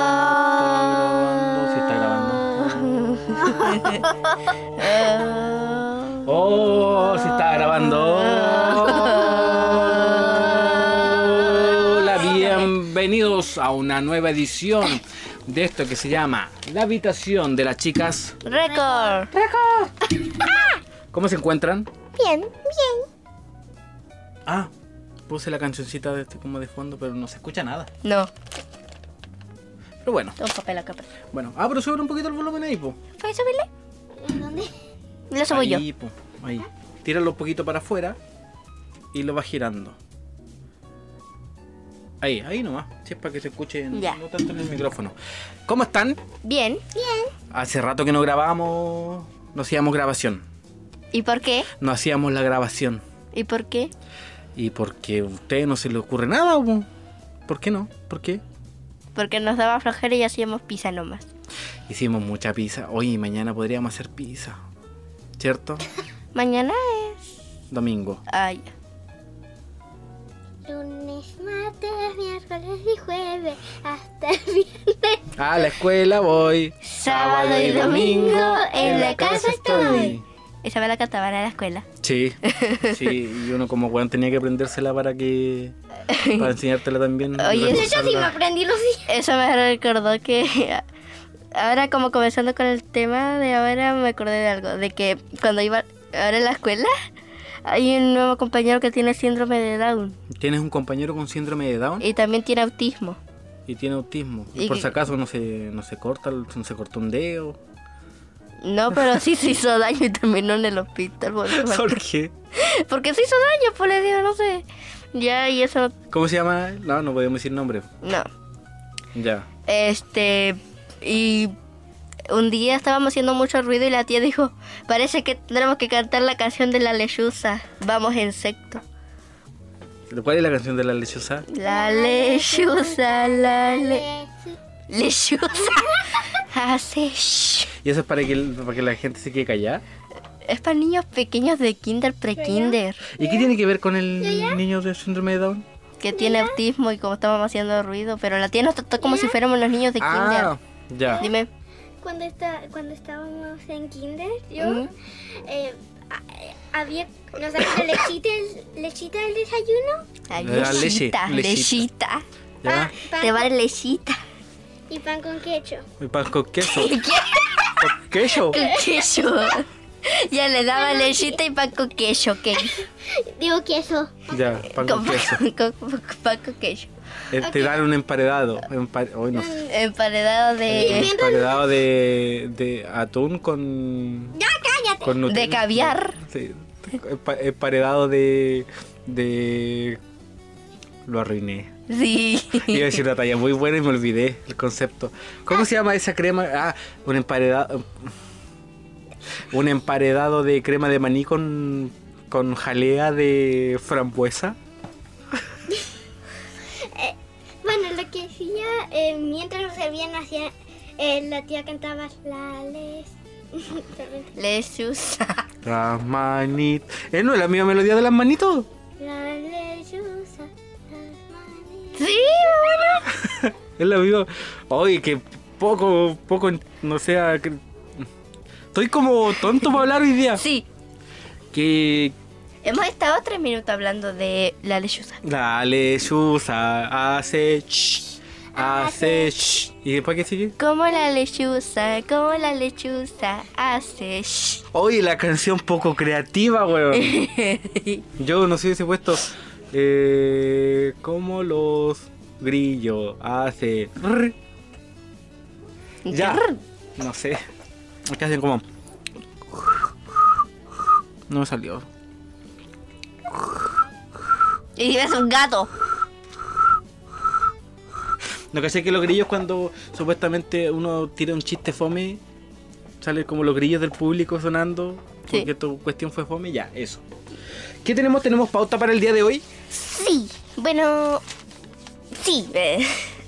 grabando, sí está grabando. Oh, si está grabando. Hola, bienvenidos a una nueva edición de esto que se llama La habitación de las chicas. Récord. ¿Cómo se encuentran? Bien, bien. Ah, puse la cancioncita de este como de fondo, pero no se escucha nada. No, Pero bueno, tengo papel acá. pero- bueno. Ah, pero sube un poquito el volumen ahí, po. ¿Puedes subirle? ¿En dónde? Lo subo yo. Ahí, po, ahí. Tíralo un poquito para afuera y lo vas girando. Ahí, ahí nomás. Si es para que se escuche en- Ya. no tanto en el micrófono. ¿Cómo están? Bien. Hace rato que no grabamos. No hacíamos grabación. ¿Y por qué? No hacíamos la grabación. ¿Y por qué? ¿Y porque a usted no se le ocurre nada? po? ¿Por qué no? ¿Por qué? Porque nos daba flojera y hacíamos pizza nomás. Hicimos mucha pizza. Hoy y mañana podríamos hacer pizza. ¿Cierto? Mañana eh, es. Domingo. Ah, ya. Lunes, martes, miércoles y jueves. Hasta el viernes. A la escuela voy. Sábado y domingo, en la casa estoy. Isabela cantaba en la escuela. Sí, sí, y uno como weón tenía que aprendérsela para que. para enseñártela también. y Oye, reforzarla. Yo sí me aprendí los días. Eso me recordó que ahora como comenzando con el tema de ahora me acordé de algo, de que cuando iba ahora en la escuela hay un nuevo compañero que tiene síndrome de Down Tienes un compañero con síndrome de Down y también tiene autismo. y tiene autismo. y Por que- si acaso no se, no se corta, el- no se cortó un dedo. No, pero sí se hizo daño y terminó en el hospital. por eso me- ¿Por qué? Porque se hizo daño, pues le digo, no sé. Ya, y eso ¿Cómo se llama? No, no podemos decir nombre. no. Ya. Este, y un día estábamos haciendo mucho ruido y la tía dijo, parece que tenemos que cantar la canción de la lechuza, vamos insecto. ¿Cuál es la canción de la lechosa? La lechuza, la le... lechuza. Hace shh. ¿Y eso es para que, el- para que la gente se quede callada? Es para niños pequeños de kinder, pre-kinder, ¿Y qué tiene que ver con el niño de síndrome de Down? que tiene autismo y como estábamos haciendo ruido, pero la tía nos trató como si fuéramos los niños de Ah, ya. kinder. Dime, Cuando, está, cuando estábamos en kinder, yo eh, a- había, nos daban la lechita, el- lechita del desayuno ay, La leche, lechita, lechita. lechita. Ya. pan, Te vale lechita. y pan con queso. Y pan con queso. ¿Con queso? Con queso. Ya le daba lechita y pan con queso, ok. Digo queso. Ya, pan con queso. con- con- pan con queso. Eh, Te dan un emparedado. empare- hoy no sé. Emparedado Un de, emparedado de, de atún con. ¡Ya, cállate! con nutella. de caviar. Sí, empa- emparedado de. de. Lo arruiné. Sí. Iba a decir una talla muy buena y me olvidé el concepto. ¿Cómo se llama esa crema? Ah, un emparedado. Un emparedado de crema de maní con. con jalea de frambuesa. Bueno, lo que hacía eh, mientras nos servían, hacía, eh, la tía cantaba la les. Lechuza. Las manitas. ¿Eh, no es la misma melodía de las manitos? la lechuza, las manos. Sí, Es la misma. Oye, que poco, poco, no sé. a- que- Estoy como tonto para hablar hoy día. Sí. Que. Hemos estado tres minutos hablando de la lechuza. La lechuza hace. ch, hace. ch. ¿Y después qué sigue? Como la lechuza, como la lechuza hace shh. Oye, la canción poco creativa, weón. Yo no sé si hubiese puesto. Eh, como los grillos hace. rrr. Ya. No sé. Que hacen como. No me salió. Y es un gato. No caché que los grillos cuando supuestamente uno tira un chiste fome, sale como los grillos del público sonando, Sí. porque tu cuestión fue fome, ya, eso. ¿Qué tenemos? ¿Tenemos pauta para el día de hoy? Sí. Bueno. Sí. eh,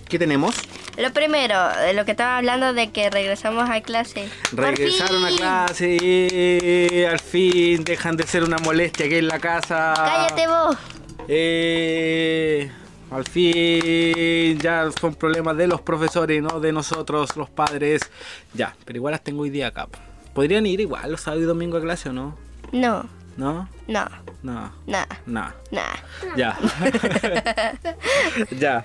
¿Qué tenemos? Lo primero, de lo que estaba hablando de que regresamos a clase. Regresaron a fin! clase, eh, al fin dejan de ser una molestia aquí en la casa. Cállate vos. Eh, Al fin, ya son problemas de los profesores, no de nosotros, los padres. Ya, pero igual las tengo hoy día acá. po. Podrían ir igual los sábados y domingo a clase o no? No, ¿No? no, No, nada, no. nada. Ya. ya.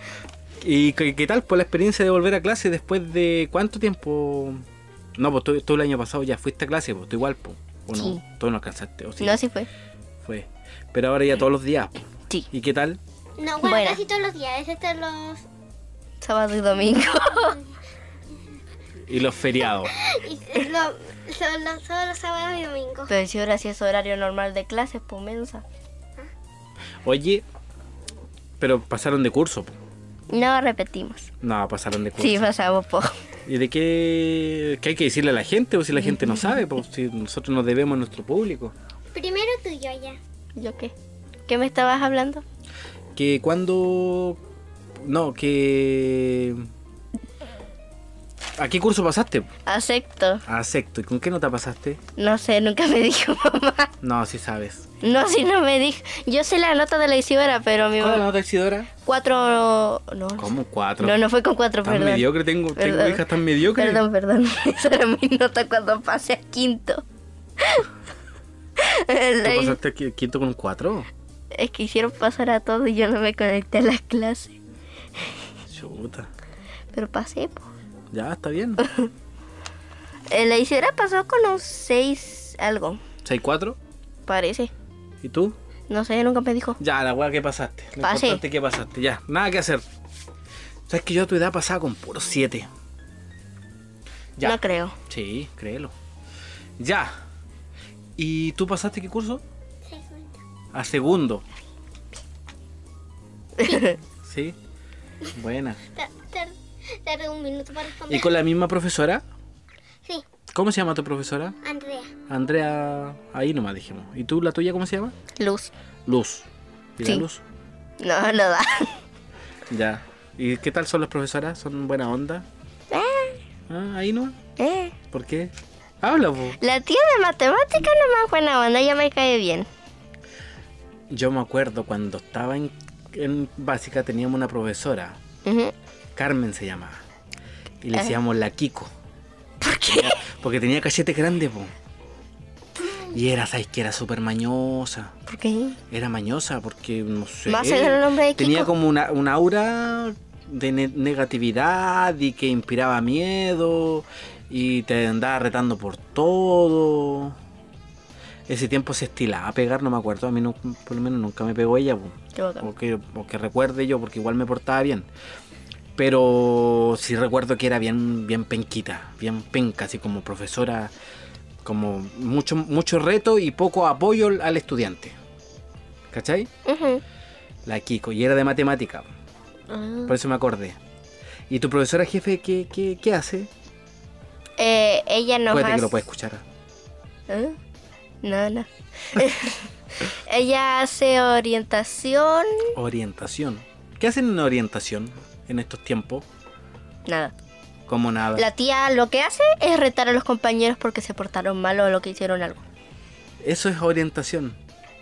¿Y qué, qué tal por la experiencia de volver a clase después de cuánto tiempo? No, pues tú, tú el año pasado ya fuiste a clase, pues tú igual, pues. ¿O no? Sí. Tú no alcanzaste, o sí. No, sí fue. Fue. Pero ahora ya todos los días. po. Sí, ¿Y qué tal? No, bueno, Bueno. casi todos los días, excepto los... sábado y domingo. ¿Y los feriados? y- lo- son los- solo los sábados y domingos. Pero si ahora sí es horario normal de clases, pues mensa. Oye, pero pasaron de curso, po. No repetimos. No, pasaron de curso. Sí, pasamos poco. ¿Y de qué, qué hay que decirle a la gente? O si la gente no sabe, pues si nosotros nos debemos a nuestro público. Primero tú y yo ya. ¿Yo qué? ¿Qué me estabas hablando? Que cuando... No, que... ¿A qué curso pasaste? Acepto. A sexto. ¿Y con qué nota pasaste? No sé, nunca me dijo mamá. No, sí sabes. No, si no me dijo. Yo sé la nota de la Isidora, pero mi ¿Cuál es la mamá. nota Isidora? Cuatro. No, no sé. ¿Cómo? Cuatro. No, no fue con cuatro, Tan perdón. mediocre, tengo, tengo Perdón. hijas tan mediocres. Perdón, perdón. Esa era mi nota cuando pasé a quinto. ¿Tú pasaste qui- quinto con un cuatro? Es que hicieron pasar a todos y yo no me conecté a las clases. Chuta. Pero pasé, po. Ya, está bien. Eh, La Isidora pasó con un 6 algo, ¿Seis cuatro? parece. ¿Y tú? No sé, nunca me dijo. Ya, la weá que pasaste. Lo Pasé. importante que pasaste, ya. Nada que hacer. Sabes que yo a tu edad pasaba con puro 7. Ya. No creo. sí, créelo. Ya. ¿Y tú pasaste qué curso? Segundo. A segundo. Sí. Buena. Tar- tar- Tardé un minuto para ¿Y responder. con la misma profesora? Sí, ¿Cómo se llama tu profesora? Andrea. Andrea. Ahí nomás dijimos. ¿Y tú, la tuya, cómo se llama? Luz. Luz. ¿Y la Sí. luz? No, no da. Ya. ¿Y qué tal son las profesoras? ¿Son buena onda? Ah, ahí no. Eh. ¿Por qué? Habla, po. La tía de matemática no más buena onda, ya me cae bien. Yo me acuerdo cuando estaba en, en básica teníamos una profesora, Ujú. Carmen se llamaba, y Eh. le decíamos la Kiko. ¿Por qué? porque tenía cachete grande, po. Y era, ¿sabes que Era súper mañosa. ¿Por qué? Era mañosa porque, no sé. ¿Más era el nombre de Tenía Kiko? como una, una aura de ne- negatividad y que inspiraba miedo y te andaba retando por todo. Ese tiempo se estilaba a pegar, no me acuerdo. A mí no- por lo menos nunca me pegó ella, po. Qué bacán. o, que, o que recuerde yo, porque igual me portaba bien. Pero sí recuerdo que era bien, bien penquita, bien penca, así como profesora, como mucho, mucho reto y poco apoyo al al estudiante. ¿Cachai? Ujú. La Kiko, y era de matemática, Ah. por eso me acordé. ¿Y tu profesora jefe qué, qué, qué hace? Eh, ella nos Acuérdate hace... que lo puede escuchar. ¿Eh? No, no. ella hace orientación... Orientación. ¿Qué hacen en orientación en estos tiempos? Nada. Como nada. La tía lo que hace es retar a los compañeros porque se portaron mal o lo que hicieron algo. Eso es orientación,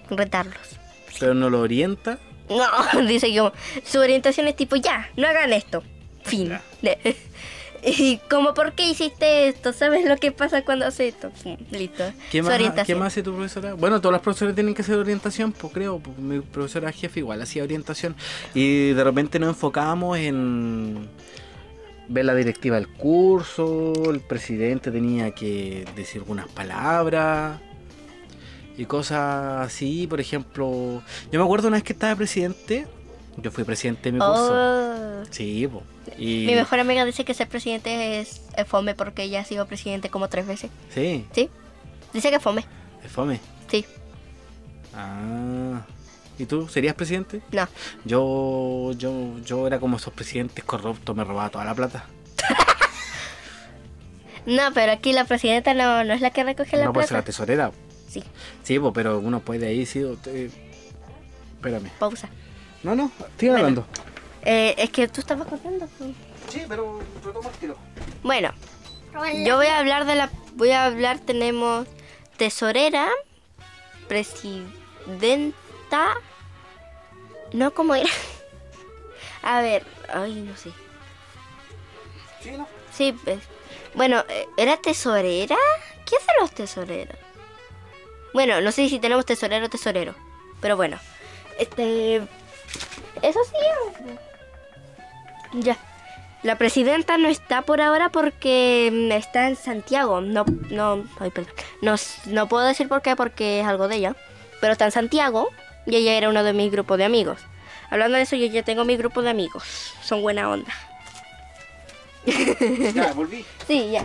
Retarlos. pero no lo orienta. No, dice yo. Su orientación es tipo, ya, no hagan esto. Fin. Ya. De- y como, ¿por qué hiciste esto? ¿Sabes lo que pasa cuando hace esto? Fin, Listo. ¿Qué Su más, ¿Qué orientación. más hace tu profesora? Bueno, todas las profesoras tienen que hacer orientación, pues creo. pues, mi profesora jefe igual hacía orientación. Y de repente nos enfocábamos en ver la directiva del curso, el presidente tenía que decir algunas palabras y cosas así. Por ejemplo, yo me acuerdo una vez que estaba presidente, yo fui presidente de mi curso. Oh. Sí, po. Y, Mi mejor amiga dice que ser presidente es es fome porque ella ha sido presidente como tres veces. Sí, ¿Sí? Dice que es fome. es fome. Sí. Ah. ¿Y tú serías presidente? No. Yo, yo, yo era como esos presidentes corruptos, me robaba toda la plata. No, pero aquí la presidenta no, no es la que recoge la no puede ser la plata. tesorera. Sí, Sí, po, pero uno puede ahí, sí. o te- Espérame. pausa. No, no, estoy Bueno. hablando. Eh, es que tú estabas contando. pues. Sí, pero retomo el tiro. Bueno, Hola. yo voy a hablar de la... Voy a hablar, tenemos tesorera, presidenta... No, como era? A ver, ay, no sé. Sí, ¿no? Sí, pues. Bueno, eh, ¿era tesorera? ¿Qué hacen los tesoreros? Bueno, no sé si tenemos tesorero o tesorero. Pero bueno. Este. Eso sí. Ya. La presidenta no está por ahora porque mm, está en Santiago. No, no, ay, perdón. No, s- no puedo decir por qué porque es algo de ella. Pero está en Santiago y ella era uno de mis grupos de amigos. Hablando de eso, yo ya tengo mi grupo de amigos. Son buena onda. Ya, volví. Sí, ya.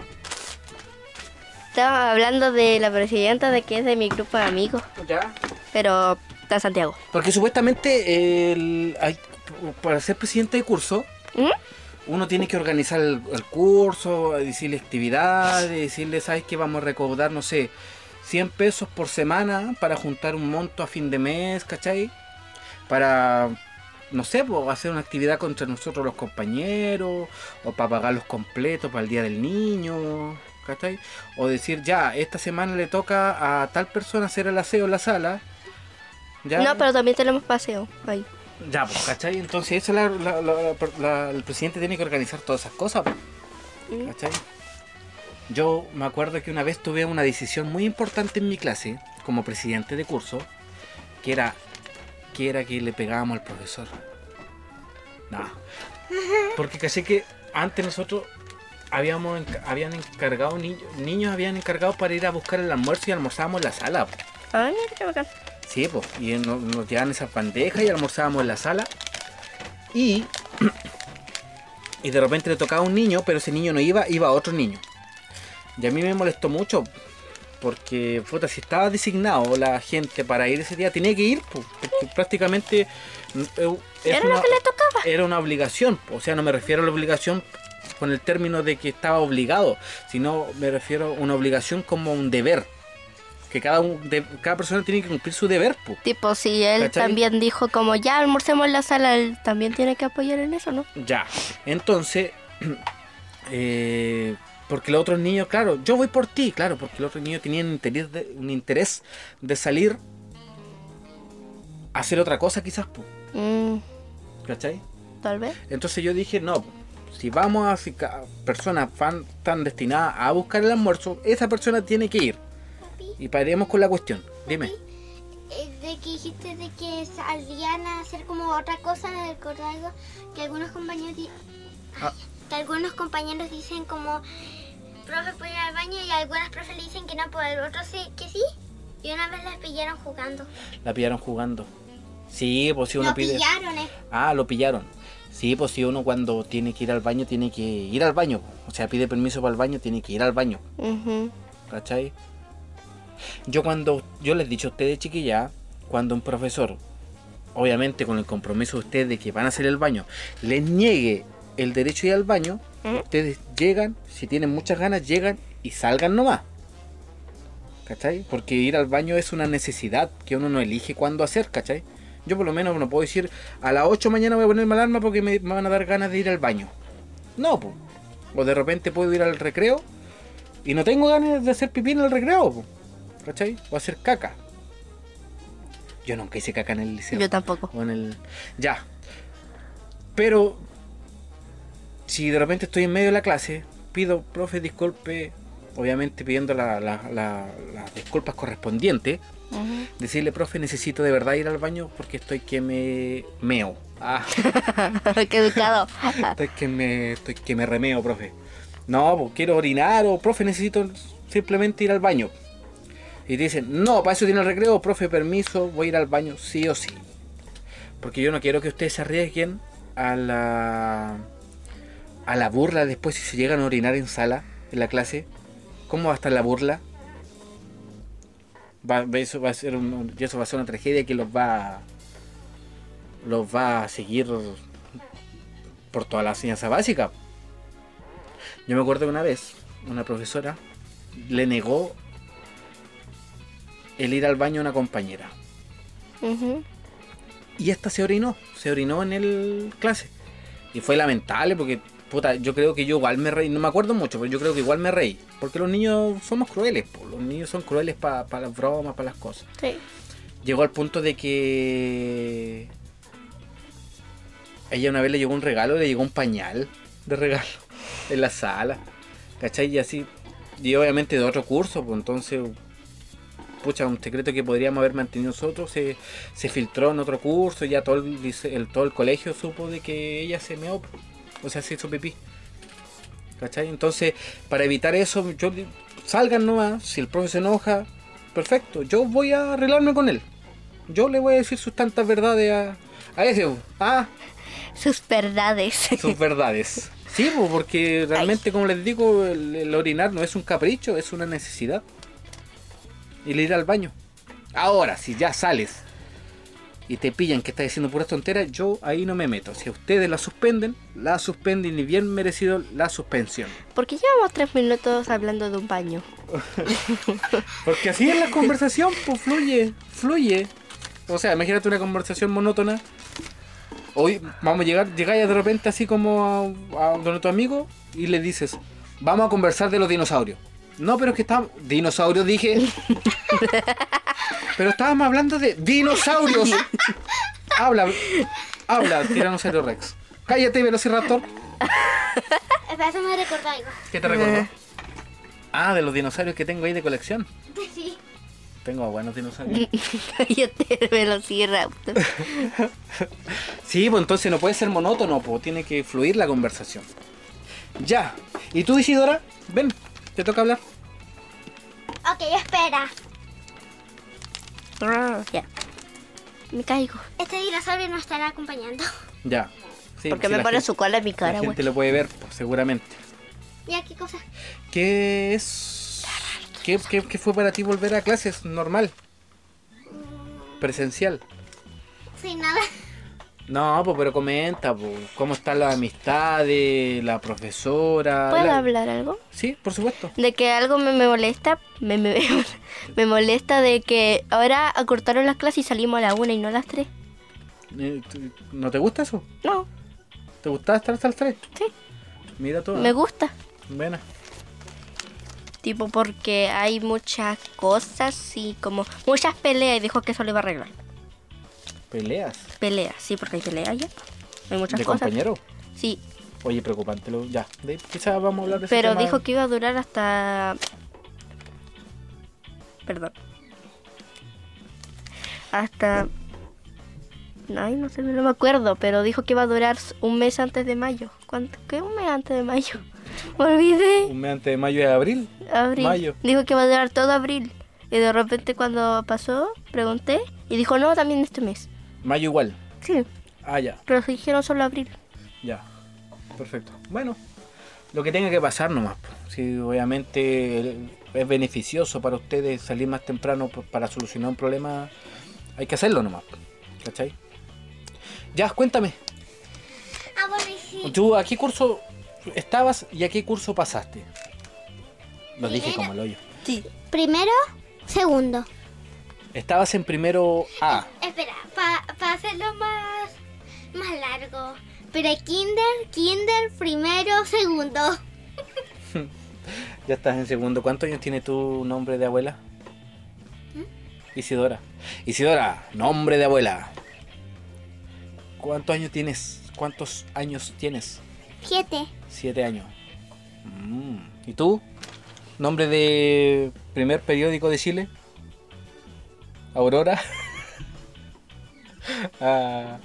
Estaba hablando de la presidenta de que es de mi grupo de amigos, Ya. pero está en Santiago. Porque supuestamente el, hay- para ser presidente de curso, ¿Mm? uno tiene que organizar el, el curso, decirle actividades, decirle, ¿sabes qué? Vamos a recaudar, no sé, 100 pesos por semana para juntar un monto a fin de mes, ¿cachai? Para, no sé, po, hacer una actividad contra nosotros los compañeros, o para pagar los completos para el Día del Niño, ¿cachai? O decir, ya, esta semana le toca a tal persona hacer el aseo en la sala. ¿ya? No, pero también tenemos paseo ahí. Ya, pues, ¿cachai? Entonces eso la- la- la- la- el presidente tiene que organizar todas esas cosas, pues, Mm. ¿cachai? Yo me acuerdo que una vez tuve una decisión muy importante en mi clase, como presidente de curso, que era que, era que le pegábamos al profesor. No. Porque caché que antes nosotros habíamos enca- habían encargado, niños, niños habían encargado para ir a buscar el almuerzo y almorzábamos en la sala. pues. Ay, mira qué bacán. Sí, pues, y no- nos, llevaban esas bandejas y almorzábamos en la sala. Y, y de repente le tocaba a un niño, pero ese niño no iba, iba a otro niño. Y a mí me molestó mucho, porque, puta, si estaba designado la gente para ir ese día, tenía que ir, pues, porque prácticamente mm, eh, es Era una- lo que le tocaba. era una obligación. O sea, no me refiero a la obligación con el término de que estaba obligado, sino me refiero a una obligación como un deber. Que cada, un- de- cada persona tiene que cumplir su deber, po. Tipo, si él ¿Cachai? también dijo como ya almorcemos en la sala, él también tiene que apoyar en eso, ¿no? Ya. Entonces, eh, porque los otros niños, claro, yo voy por ti, claro, porque los otros niños tenían interés de, un interés de salir a hacer otra cosa, quizás, po, Mm, ¿cachai? Tal vez. Entonces yo dije, no, si vamos a si ca- personas fan, tan destinadas a buscar el almuerzo, esa persona tiene que ir. Papi, Y paremos con la cuestión. Dime. eh, de que dijiste de que salían a hacer como otra cosa, me recordé algo que algunos compañeros di- Ah. que algunos compañeros dicen como profe puede ir al baño y algunas profes le dicen que no, pero otros sí, que sí. Y una vez las pillaron jugando. La pillaron jugando. Sí, pues si uno Lo pide. pillaron, eh. Ah, lo pillaron. Sí, pues si uno cuando tiene que ir al baño, tiene que ir al baño. O sea, pide permiso para el baño, tiene que ir al baño. Ujú. ¿Cachai? Yo cuando, yo les he dicho a ustedes, chiquilla, cuando un profesor, obviamente con el compromiso de ustedes de que van a hacer el baño, les niegue el derecho a ir al baño, ¿Mm? ustedes llegan, si tienen muchas ganas, llegan y salgan nomás. ¿Cachai? Porque ir al baño es una necesidad que uno no elige cuándo hacer, ¿cachai? Yo por lo menos no puedo decir, a las 8 mañana voy a ponerme alarma porque me, me van a dar ganas de ir al baño. No, pues. O de repente puedo ir al recreo y no tengo ganas de hacer pipí en el recreo, po, ¿cachai? O hacer caca. Yo nunca hice caca en el liceo. Yo tampoco. O en el... Ya. Pero si de repente estoy en medio de la clase, pido, profe, disculpe, obviamente pidiendo la- la- la- las disculpas correspondientes, Ujú. decirle, profe, necesito de verdad ir al baño porque estoy que me meo. Ah, qué educado. estoy que me, estoy que me remeo, profe. No, po, quiero orinar o, profe, necesito simplemente ir al baño. Y te dicen, no, para eso tiene el recreo, profe, permiso, voy a ir al baño sí o sí. Porque yo no quiero que ustedes se arriesguen a la, a la burla después si se llegan a orinar en sala, en la clase. ¿Cómo va a estar la burla? Va, eso, va a ser un- eso va a ser una tragedia que los va, a- los va a seguir por toda la enseñanza básica. Yo me acuerdo que una vez una profesora le negó el ir al baño a una compañera. Ujú. Y esta se orinó, se orinó en el clase. Y fue lamentable porque, puta, yo creo que yo igual me reí, no me acuerdo mucho, pero yo creo que igual me reí. Porque los niños somos crueles, po, los niños son crueles para las bromas, para las cosas. Sí. Llegó al punto de que A ella una vez le llegó un regalo, le llegó un pañal de regalo en la sala. ¿Cachai? Y así. Y obviamente de otro curso, pues entonces. Pucha, un secreto que podríamos haber mantenido nosotros se, se filtró en otro curso. Y ya todo el, lice- el- todo el colegio supo de que ella se meó. pues. O sea, se hizo pipí. ¿Cachai? Entonces, para evitar eso, yo di- salgan nomás. Si el profe se enoja, perfecto. Yo voy a arreglarme con él. Yo le voy a decir sus tantas verdades a, a ese. po. Ah, Sus verdades. sus verdades. Sí, po, porque realmente, como les digo, el, el orinar no es un capricho, es una necesidad. Y el ir al baño. Ahora, si ya sales y te pillan que estás diciendo puras tonteras, yo ahí no me meto. Si a ustedes la suspenden, la suspenden y bien merecido la suspensión. Porque llevamos tres minutos hablando de un baño. Porque así es la conversación, pues fluye, fluye. O sea, imagínate una conversación monótona. Hoy vamos a llegar, llegáis de repente así como a, a donde tu amigo y le dices, vamos a conversar de los dinosaurios. No, pero es que estábamos... Dinosaurios dije. pero estábamos hablando de dinosaurios. habla, habla, Tiranosaurio Rex. Cállate, Velociraptor. Eh, Para eso me recordó algo. ¿Qué te recordó? Ah, de los dinosaurios que tengo ahí de colección. Sí. Tengo buenos dinosaurios. Cállate, velociraptor. Sí, pues entonces no puede ser monótono, pues tiene que fluir la conversación. Ya. ¿Y tú, Isidora? Ven, te toca hablar. Ok, espera. ya. Me caigo. Este dinosaurio nos estará acompañando. Ya. Sí, Porque sí, me la pone gente- su cola en mi cara, La güey. gente lo puede ver, pues, seguramente. Mira qué cosa. ¿Qué es? ¿Qué, qué, qué fue para ti volver a clases normal? Presencial. Sin nada. No, pues pero comenta, pues, cómo está la amistad de la profesora. ¿Puedo la- hablar algo? Sí, por supuesto. De que algo me, me molesta. Me, me, me molesta de que ahora acortaron las clases y salimos a la una y no a las tres. Eh, ¿tú- ¿No te gusta eso? No, ¿Te gustaba estar hasta las 3? Sí. Mira tú. ¿eh? me gusta. Buena. Tipo, porque hay muchas cosas y como muchas peleas y dijo que eso lo iba a arreglar. Peleas. Peleas, sí, porque hay peleas ya. Hay muchas ¿De cosas. compañero? Sí, Oye, preocupante. lo- Ya, de- quizás vamos a hablar de ese pero tema. dijo que iba a durar hasta... Perdón. Hasta... Ay, no sé, no me acuerdo, pero dijo que iba a durar un mes antes de mayo. ¿Cuánto? ¿Qué un mes antes de mayo? Me olvidé. Un mes antes de mayo y abril. Abril. Mayo. Dijo que iba a durar todo abril. Y de repente cuando pasó, pregunté y dijo, no, también este mes. Mayo igual. Sí, Ah, ya, pero se dijeron solo abril. ya. Perfecto. Bueno, lo que tenga que pasar nomás. po. Si obviamente el- es beneficioso para ustedes salir más temprano po- para solucionar un problema, hay que hacerlo nomás. po. ¿Cachai? Ya, cuéntame. Ah, bueno, y sí. ¿Tú a qué curso estabas y a qué curso pasaste? Lo dije como el hoyo. Sí. Primero, segundo. Estabas en primero A. Espera, para hacerlo más, más largo. Pero kinder, kinder, primero, segundo. Ya estás en segundo. ¿Cuántos años tiene tu nombre de abuela? Isidora. Isidora, nombre de abuela. ¿Cuántos años tienes? ¿Cuántos años tienes? Siete. Siete años. Mm. ¿Y tú? ¿Nombre de primer periódico de Chile? ¿Aurora? Ah,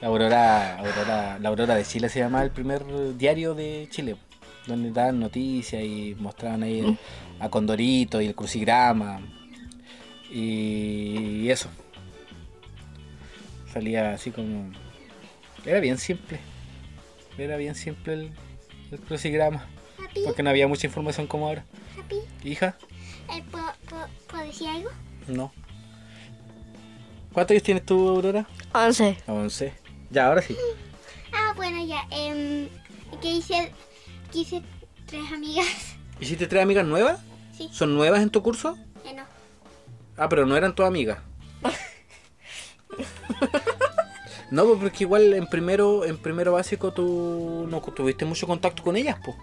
la Aurora, Aurora, la Aurora de Chile se llama el primer diario de Chile, donde daban noticias y mostraban ahí el- a Condorito y el crucigrama y eso. Salía así como... Era bien simple. Era bien simple el, el crucigrama. Papi, Porque no había mucha información como ahora. papi, Hija, eh, ¿puedo, puedo- puedo decir algo? no. ¿Cuántos años tienes tú, Aurora? 11. 11. Ya, ahora sí. Ah, bueno, ya. em, que hice, que hice tres amigas. ¿Hiciste tres amigas nuevas? Sí, ¿Son nuevas en tu curso? eh, no. Ah, pero no eran todas amigas. No, pues, porque igual en primero, en primero básico tú no tuviste mucho contacto con ellas, pues.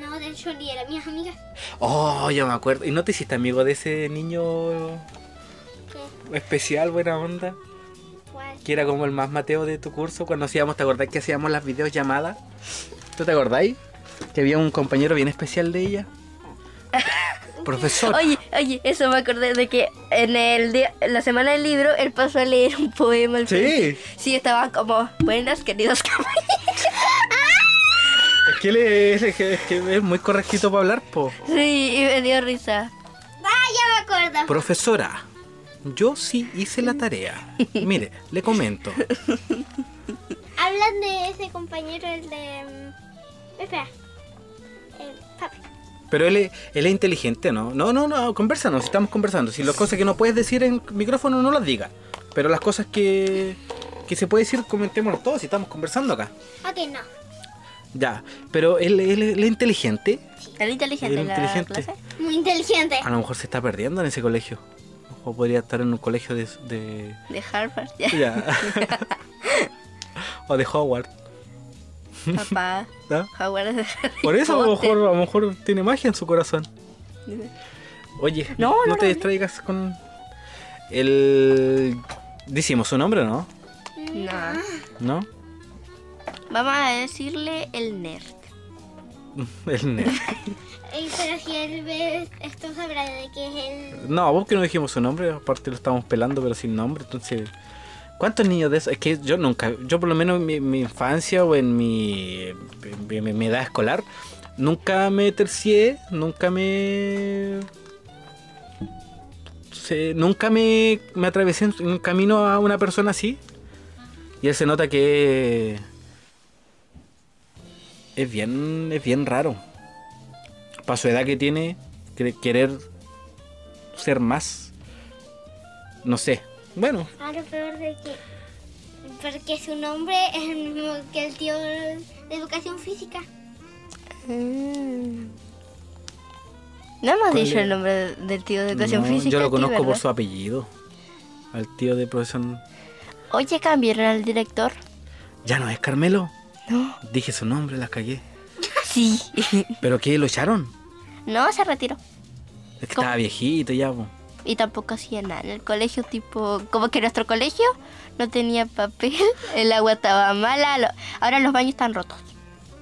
No, de hecho ni eran mis amigas. Oh, ya me acuerdo. ¿Y no te hiciste amigo de ese niño ¿Qué? especial, buena onda? ¿Cuál? que era como el más mateo de tu curso, cuando hacíamos, ¿te acordás que hacíamos las videollamadas? ¿Tú te acordáis? Que había un compañero bien especial de ella. Profesor. Oye, oye, eso me acordé de que en el día, en la semana del libro, él pasó a leer un poema. al Sí. frente. Sí, estaba como, buenas queridos compañeros. Es que, le- es, que- es que es muy correctito para hablar, po. Sí, y me dio risa. Ah, ya me acuerdo. Profesora, yo sí hice la tarea. Mire, le comento. Hablan de ese compañero, el de. mm, Espera. Eh, papi. Pero él es, él es inteligente, ¿no? No, no, no, conversanos, estamos conversando. Si las cosas que no puedes decir en micrófono, no las digas. Pero las cosas que, que se puede decir, comentémonos todos si estamos conversando acá. Ok, no. Ya, pero él, él- él es inteligente. Era inteligente Era en la inteligente. clase. Muy inteligente. Eh. A lo mejor se está perdiendo en ese colegio. O podría estar en un colegio de... de- De Harvard, ya. ya. o de Howard. Papá. ¿no? Howard es de Harry Por eso a lo, Potter. mejor, a lo mejor tiene magia en su corazón. Oye, No, no, no, te no. distraigas con... El... Decimos su nombre, ¿no? No. ¿No? Vamos a decirle el nerd. El nerd. Eh, pero si él ve esto, sabrá de que es él. No, vos que no dijimos su nombre, aparte lo estamos pelando, pero sin nombre, entonces... ¿Cuántos niños de esos? Es que yo nunca, yo por lo menos en mi, mi infancia o en mi, mi- mi- mi edad escolar, nunca me tercié, nunca me... se- nunca me, me atravesé en un camino a una persona así. Y él se nota que... Es bien, es bien raro. Para su edad que tiene, cre- querer ser más. No sé. Bueno, A lo peor de que. Porque su nombre es el mismo que el tío de educación física. No hemos ¿Cuál dicho es? el nombre de- del tío de educación no, física. yo lo aquí, conozco por ¿verdad? su apellido. Al tío de profesor. Oye, cambiaron al director. Ya no es Carmelo. No. Dije su nombre, la cagué. Sí. ¿Pero qué? ¿Lo echaron? No, se retiró. Es que ¿Cómo? estaba viejito ya, po. Y tampoco hacía nada. En el colegio, tipo, como que nuestro colegio no tenía papel, el agua estaba mala. lo- Ahora los baños están rotos.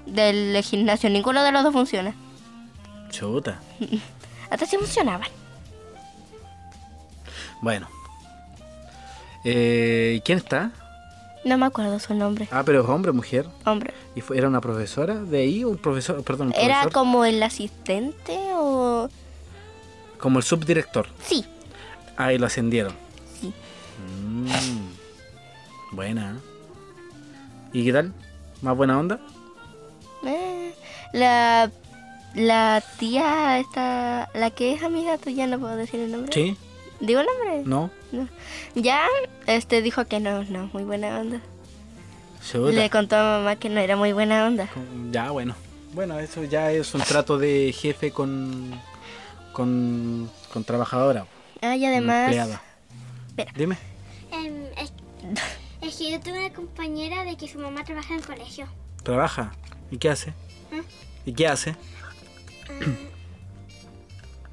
Del gimnasio, ninguno de los dos funciona. Chuta. Hasta sí funcionaban. Bueno. Eh, ¿Quién está? No me acuerdo su nombre. Ah, pero es hombre, mujer. Hombre. ¿Y fue- era una profesora de ahí? ¿Un profesor? Perdón, un ¿Era profesor. como el asistente o.? Como el subdirector. Sí. Ahí lo ascendieron. Sí. Mm. buena. ¿eh? ¿Y qué tal? ¿Más buena onda? Eh, La, la tía esta, la que es amiga tuya, no puedo decir el nombre. Sí, ¿Digo el nombre? no. No. Ya, este dijo que no, no, muy buena onda. Chuta. Le contó a mamá que no era muy buena onda. Ya, bueno. Bueno, eso ya es un trato de jefe con con, con trabajadora. Ah, y con además, empleada. espera. Dime. Em, es, es que yo tuve una compañera de que su mamá trabaja en colegio. Trabaja. ¿Y qué hace? ¿Mm? ¿Y qué hace?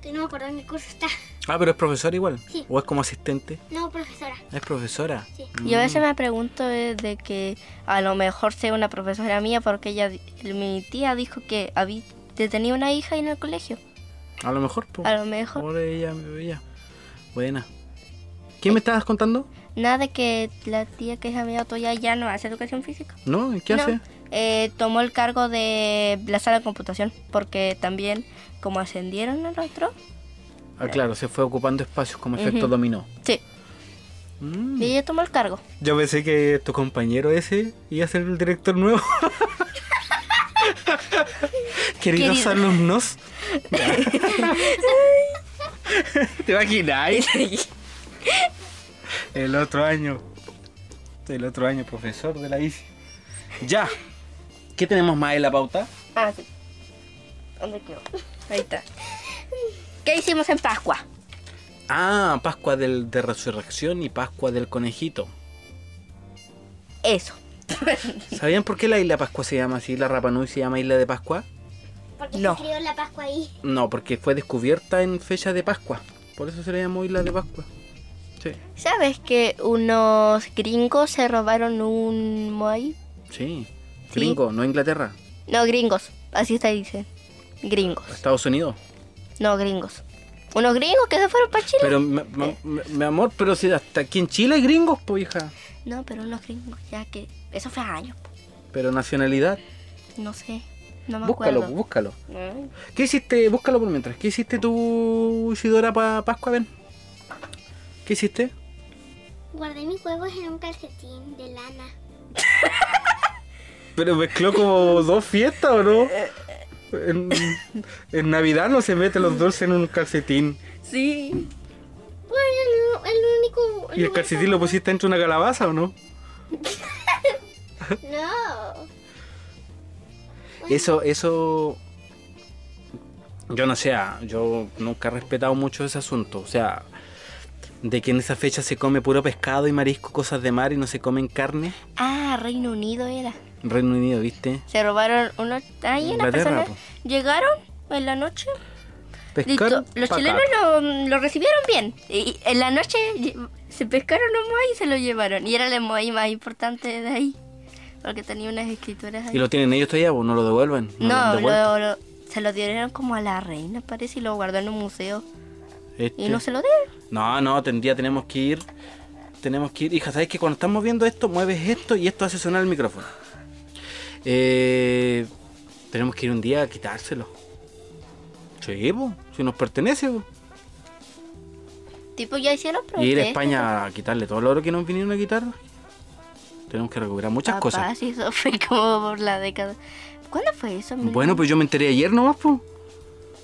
Que no me acuerdo en qué curso está. Ah, pero es profesora igual. Sí. ¿O es como asistente? No, profesora. Es profesora. Sí. yo a veces Mm. me pregunto eh, de que a lo mejor sea una profesora mía porque ella, di- mi tía dijo que había, tenía una hija en el colegio. A lo mejor. po. A lo mejor. Por ella, ella. Buena. ¿Qué me estabas contando? Nada de que la tía que es amiga tuya ya no hace educación física. ¿No? ¿Y ¿Qué No, hace? eh, tomó el cargo de la sala de computación porque también como ascendieron al otro. Ah, claro, se fue ocupando espacios como efecto dominó. Sí, Mm. y ella tomó el cargo. Yo pensé que tu compañero ese iba a ser el director nuevo. Queridos Querido. alumnos. ¿Te imagináis? El otro año. El otro año, profesor de la ICI. Ya. ¿Qué tenemos más en la pauta? Ah, sí. ¿Dónde quedó? Ahí está. ¿Qué hicimos en Pascua? Ah, Pascua del, de Resurrección y Pascua del Conejito. Eso. ¿Sabían por qué la isla Pascua se llama así? ¿La Rapanui se llama Isla de Pascua? Porque No. se crió la Pascua ahí. No, porque fue descubierta en fecha de Pascua. Por eso se le llamó Isla de Pascua. Sí, ¿Sabes que unos gringos se robaron un Moai? sí. Sí. Gringo, no Inglaterra. No, gringos. Así se dice. Gringos. Estados Unidos. No, gringos. Unos gringos que se fueron para Chile. Pero, mi, mi- mi- mi amor, pero si hasta aquí en Chile hay gringos, pues, hija. No, pero unos gringos, ya que. Eso fue años. po. Pero nacionalidad. No sé. No me Búscalo, acuerdo. búscalo. Mm. ¿Qué hiciste? Búscalo por mientras. ¿Qué hiciste tú, Isidora pa Pascua? Ven. ¿Qué hiciste? Guardé mis huevos en un calcetín de lana. Pero mezcló como dos fiestas, ¿o no? Eh, En, en Navidad no se mete los dulces en un calcetín. Sí. Bueno, el, el único. ¿Y el lugar calcetín lo pusiste dentro de una calabaza o no? donde- No. Eso, eso. Yo no sé, ah, yo nunca he respetado mucho ese asunto. O sea, de que en esa fecha se come puro pescado y marisco, cosas de mar y no se comen carne. Ah, Reino Unido era. Reino Unido, ¿viste? Se robaron unos. Ahí unas Inglaterra, personas. Llegaron en la noche. Pescar. Listo, Los pa' acá. chilenos lo, lo recibieron bien. Y en la noche lle- se pescaron un moai y se lo llevaron. Y era el moai más importante de ahí. Porque tenía unas escrituras ahí. ¿Y lo tienen ellos todavía o no lo devuelven? lo han no, devuelto? lo- lo- se lo dieron como a la reina, parece, y lo guardó en un museo. Este- Y no se lo dieron. No, no, tendría, tenemos que ir. Tenemos que ir. Hija, ¿sabes que cuando estamos viendo esto, mueves esto y esto hace sonar el micrófono? Eh, tenemos que ir un día a quitárselo. Sí, po, si nos pertenece. po. Tipo, ya hicieron Y ir a protestas. España a quitarle todo lo oro que nos vinieron a quitar. Tenemos que recuperar muchas Papá, cosas. sí, eso fue como por la década. ¿Cuándo fue eso? mira? Bueno, pues yo me enteré ayer nomás, pues.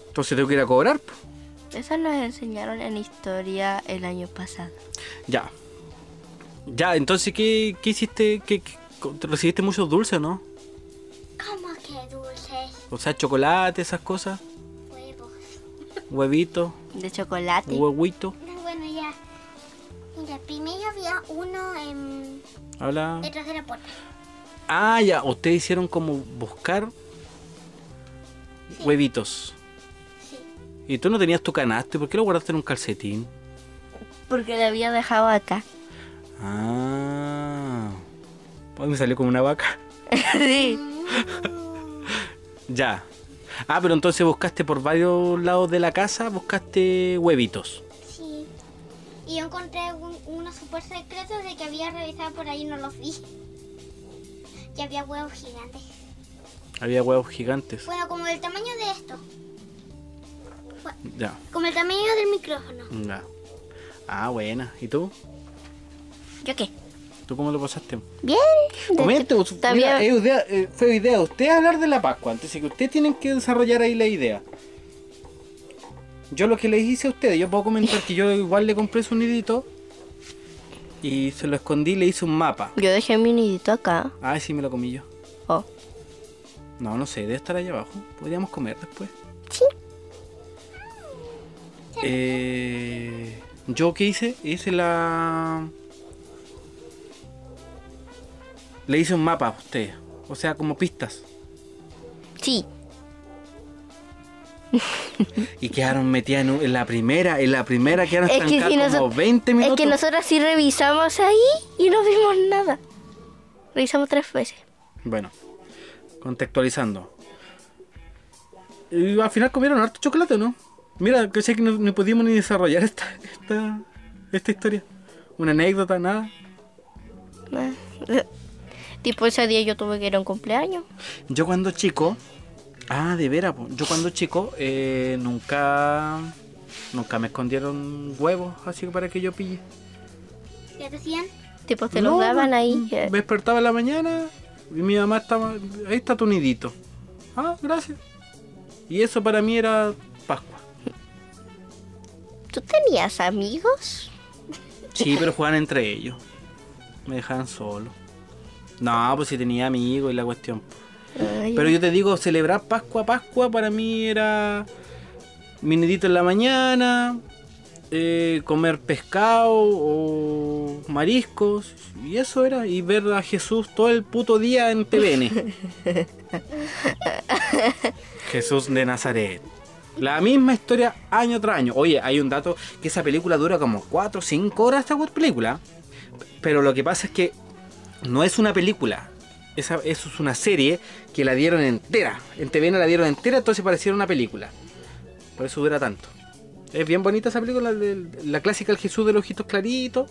Entonces tengo que ir a cobrar, po. Eso nos enseñaron en historia el año pasado. Ya. Ya, entonces, ¿qué, qué hiciste? ¿Qué, qué- recibiste muchos dulces, no? ¿Cómo que dulces? O sea, chocolate, esas cosas. Huevos. Huevito, De chocolate. huevito. No, bueno, ya. Mira, primero había uno em, Habla. detrás de la puerta. Ah, ya. Ustedes hicieron como buscar huevitos. Sí. Y tú no tenías tu canasto. ¿Y por qué lo guardaste en un calcetín? Porque le había dejado acá. Ah. Pues me salió como una vaca. sí. Ya. Ah, pero entonces buscaste por varios lados de la casa, buscaste huevitos. Sí. Y yo encontré un- unos super secretos de que había revisado por ahí y no los vi. Y había huevos gigantes. Había huevos gigantes. Bueno, como el tamaño de esto. Ya. Como el tamaño del micrófono. ya. Ah, buena. ¿Y tú? ¿Yo qué? ¿Tú cómo lo pasaste? Bien. Comente, us- Está pues, mira, bien. es idea- eh, fue idea de ustedes hablar de la Pascua, antes que ustedes tienen que desarrollar ahí la idea. Yo lo que les hice a ustedes, yo puedo comentar que yo igual le compré su nidito y se lo escondí y le hice un mapa. Yo dejé mi nidito acá. Ah, sí, me lo comí yo. Oh. No, no sé, debe estar allá abajo. Podríamos comer después. Sí. Eh, ¿Yo qué hice? Hice la... Le hice un mapa a usted. O sea, como pistas. Sí. Y quedaron metidas en, un- en la primera. En la primera quedaron Es que estancadas si noso- como 20 Es minutos. que nosotros sí revisamos ahí y no vimos nada. Revisamos tres veces. Bueno, contextualizando. Y al final comieron harto chocolate, ¿no? Mira, que sé que no, no pudimos ni desarrollar esta, esta, esta historia. Una anécdota, nada. Ah. Tipo ese día yo tuve que ir a un cumpleaños. Yo cuando chico. Ah, de veras, po. yo cuando chico eh, nunca. Nunca me escondieron huevos así para que yo pille. ¿Ya te hacían? Tipo te No, los daban me- ahí. eh, Me despertaba en la mañana y mi mamá estaba. Ahí está tu nidito. Ah, gracias. Y eso para mí era Pascua. ¿Tú tenías amigos? Sí, pero jugaban entre ellos. Me dejaban solo. No, pues si tenía amigos y la cuestión. Ay, Pero yo te digo, celebrar Pascua, Pascua para mí era mi nidito en la mañana, eh, comer pescado o mariscos, y eso era, y ver a Jesús todo el puto día en TVN. Jesús de Nazaret. La misma historia año tras año. Oye, hay un dato que esa película dura como 4 o 5 horas esta película. Pero lo que pasa es que no es una película. Esa, eso es una serie que la dieron entera. En TVN la dieron entera, entonces pareciera una película. Por eso dura tanto. Es bien bonita esa película, la, del- la clásica El Jesús de los ojitos claritos.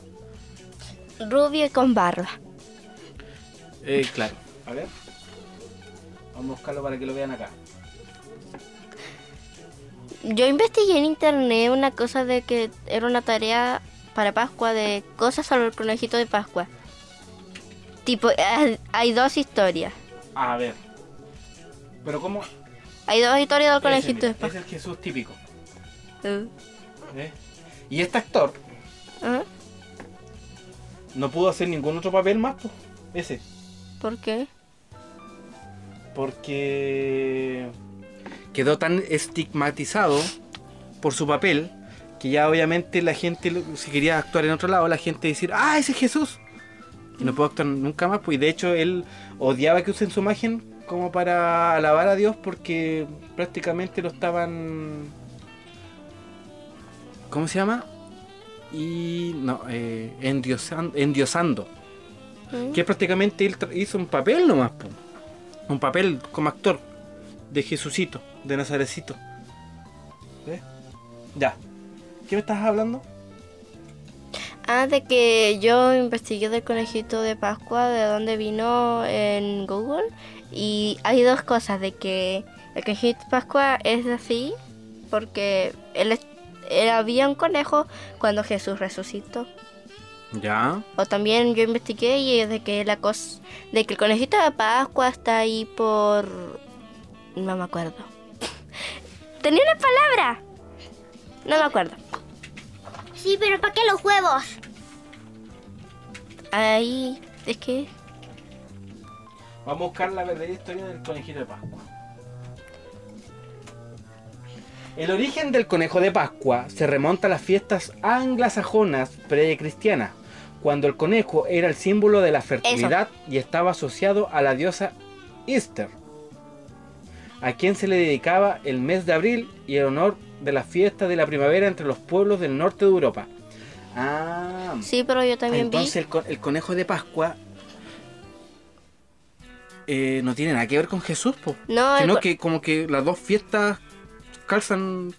Rubio y con barba. Eh, claro. A ver. Vamos a buscarlo para que lo vean acá. Yo investigué en internet una cosa de que era una tarea para Pascua de cosas sobre el conejito de Pascua. Tipo, hay- hay dos historias. A ver. Pero ¿cómo? Hay dos historias del Ese, conejito mira, de es Pascua. el Jesús típico. Eh, ¿eh? Y este actor ¿ah? no pudo hacer ningún otro papel más, pues. Ese. ¿Por qué? porque quedó tan estigmatizado por su papel que ya obviamente la gente, lo- si quería actuar en otro lado, la gente decir, ah, ese es Jesús. Y no puedo actuar nunca más, pues y de hecho él odiaba que usen su imagen como para alabar a Dios porque prácticamente lo estaban... ¿Cómo se llama? Y no, eh, endiosan- endiosando. ¿Mm? Que prácticamente él tra- hizo un papel nomás, pues. po. un papel como actor de Jesucito, de Nazarecito. ¿Ves? Ya. ¿Qué me estás hablando? Ah, de que yo investigué del conejito de Pascua, de dónde vino en Google. Y hay dos cosas, de que el conejito de Pascua es así, porque él, es- él- había un conejo cuando Jesús resucitó. Ya. O también yo investigué y es de que la cosa, de que el conejito de Pascua está ahí por... No me acuerdo. Tenía una palabra. No me acuerdo. Sí, pero ¿para qué los huevos? Ahí es que... Vamos a buscar la verdadera historia del conejito de Pascua. El origen del conejo de Pascua se remonta a las fiestas anglosajonas precristianas, cuando el conejo era el símbolo de la fertilidad y estaba asociado a la diosa Easter, a quien se le dedicaba el mes de abril y el honor de la fiesta de la primavera entre los pueblos del norte de Europa. Ah, Sí, pero yo también entonces el, co- el conejo de Pascua eh, no tiene nada que ver con Jesús, po. vi... No, el sino co- que como que las dos fiestas calzan,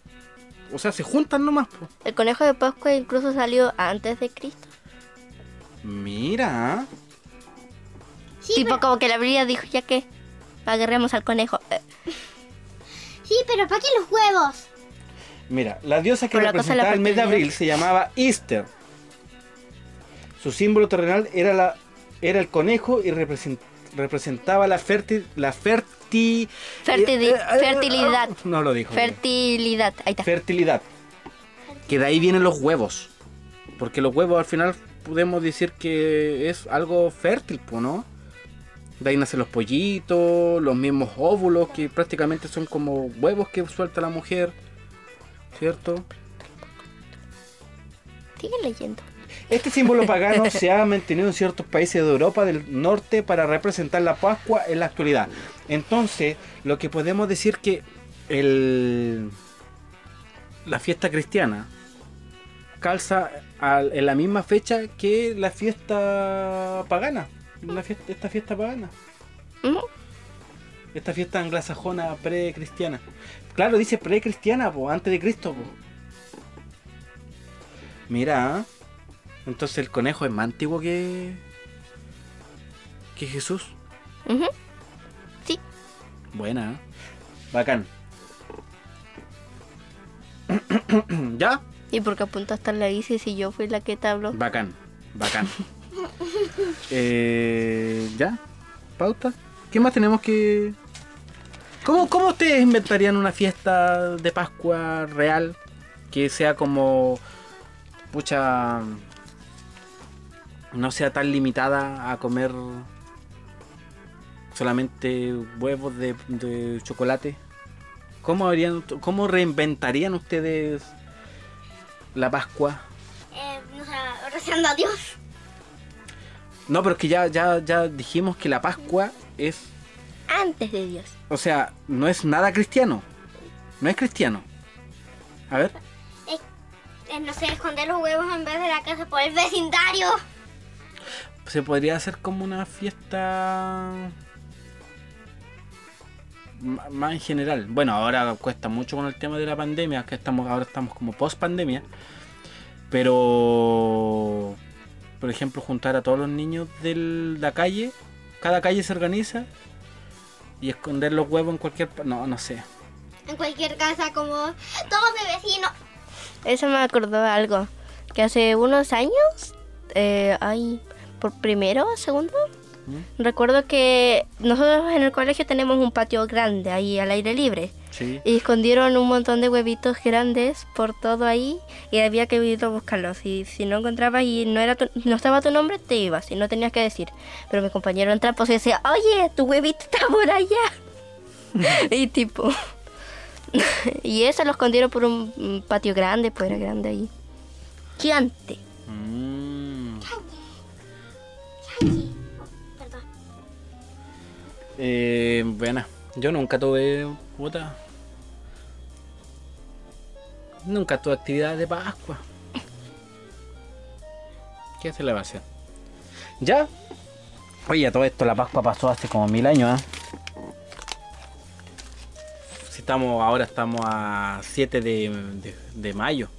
o sea, se juntan nomás. po. El conejo de Pascua incluso salió antes de Cristo. Mira, Sí, tipo pero, como que la Biblia dijo ya que agarremos al conejo. Eh, sí, pero ¿para qué los huevos? mira, la diosa que Por la cosa de la representaba el mes de fertilidad. abril se llamaba Easter. Su símbolo terrenal era la era el conejo y represent- representaba la ferti- la ferti- Fertili- eh, eh, eh, fertilidad. No lo dijo. bien. Fertilidad. Ahí está. fertilidad. Que de ahí vienen los huevos. Porque los huevos al final podemos decir que es algo fértil, po, ¿no? De ahí nacen los pollitos, los mismos óvulos que prácticamente son como huevos que suelta la mujer, ¿cierto? Sigue leyendo. Este símbolo pagano se ha mantenido en ciertos países de Europa del norte para representar la Pascua en la actualidad. Entonces, lo que podemos decir que el, la fiesta cristiana calza al- en la misma fecha que la fiesta pagana. la fiesta- esta fiesta pagana. Ujú. Esta fiesta anglosajona precristiana. Claro, dice precristiana, po, antes de Cristo. po. Mira, ¿eh? entonces el conejo es más antiguo que que Jesús. Ujú. Sí. Buena, ¿eh? bacán. ¿Ya? ¿Y por qué apunto hasta la bici si yo fui la que te habló? Bacán, bacán. Eh, ¿Ya? ¿Pauta? ¿Qué más tenemos que...? ¿Cómo, ¿Cómo ustedes inventarían una fiesta de Pascua real que sea como... Pucha... No sea tan limitada a comer solamente huevos de, de chocolate. ¿Cómo, habrían, ¿Cómo reinventarían ustedes la Pascua? Eh, o sea, rezando a Dios. No, pero es que ya, ya, ya dijimos que la Pascua es. Antes de Dios. O sea, no es nada cristiano. No es cristiano. A ver. Eh, eh, no sé, esconder los huevos en vez de la casa por el vecindario. Se podría hacer como una fiesta. ma- Más en general. Bueno, ahora cuesta mucho con el tema de la pandemia, que estamos, ahora estamos como post pandemia. Pero. Por ejemplo, juntar a todos los niños de la calle. Cada calle se organiza. Y esconder los huevos en cualquier. pa- No, no sé. En cualquier casa, como todos de vecinos. Eso me acordó algo. Que hace unos años, eh, ay, por primero, segundo, ¿Mm? recuerdo que nosotros en el colegio tenemos un patio grande ahí al aire libre. Sí. Y escondieron un montón de huevitos grandes por todo ahí y había que ir a buscarlos. Y si no encontrabas y no, era tu- no estaba tu nombre, te ibas y no tenías que decir. Pero mi compañero en trapo se decía, oye, tu huevito está por allá. y tipo... y eso lo escondieron por un un patio grande, pues era grande ahí. Gigante. Mm. Ay, Perdón. Eh, buena. Yo nunca tuve puta. Nunca tuve actividad de Pascua. ¿Qué se le va a hacer? ¿Ya? Oye, a todo esto la Pascua pasó hace como mil años, ¿ah? Si estamos, ahora estamos a 7 de, de- de mayo.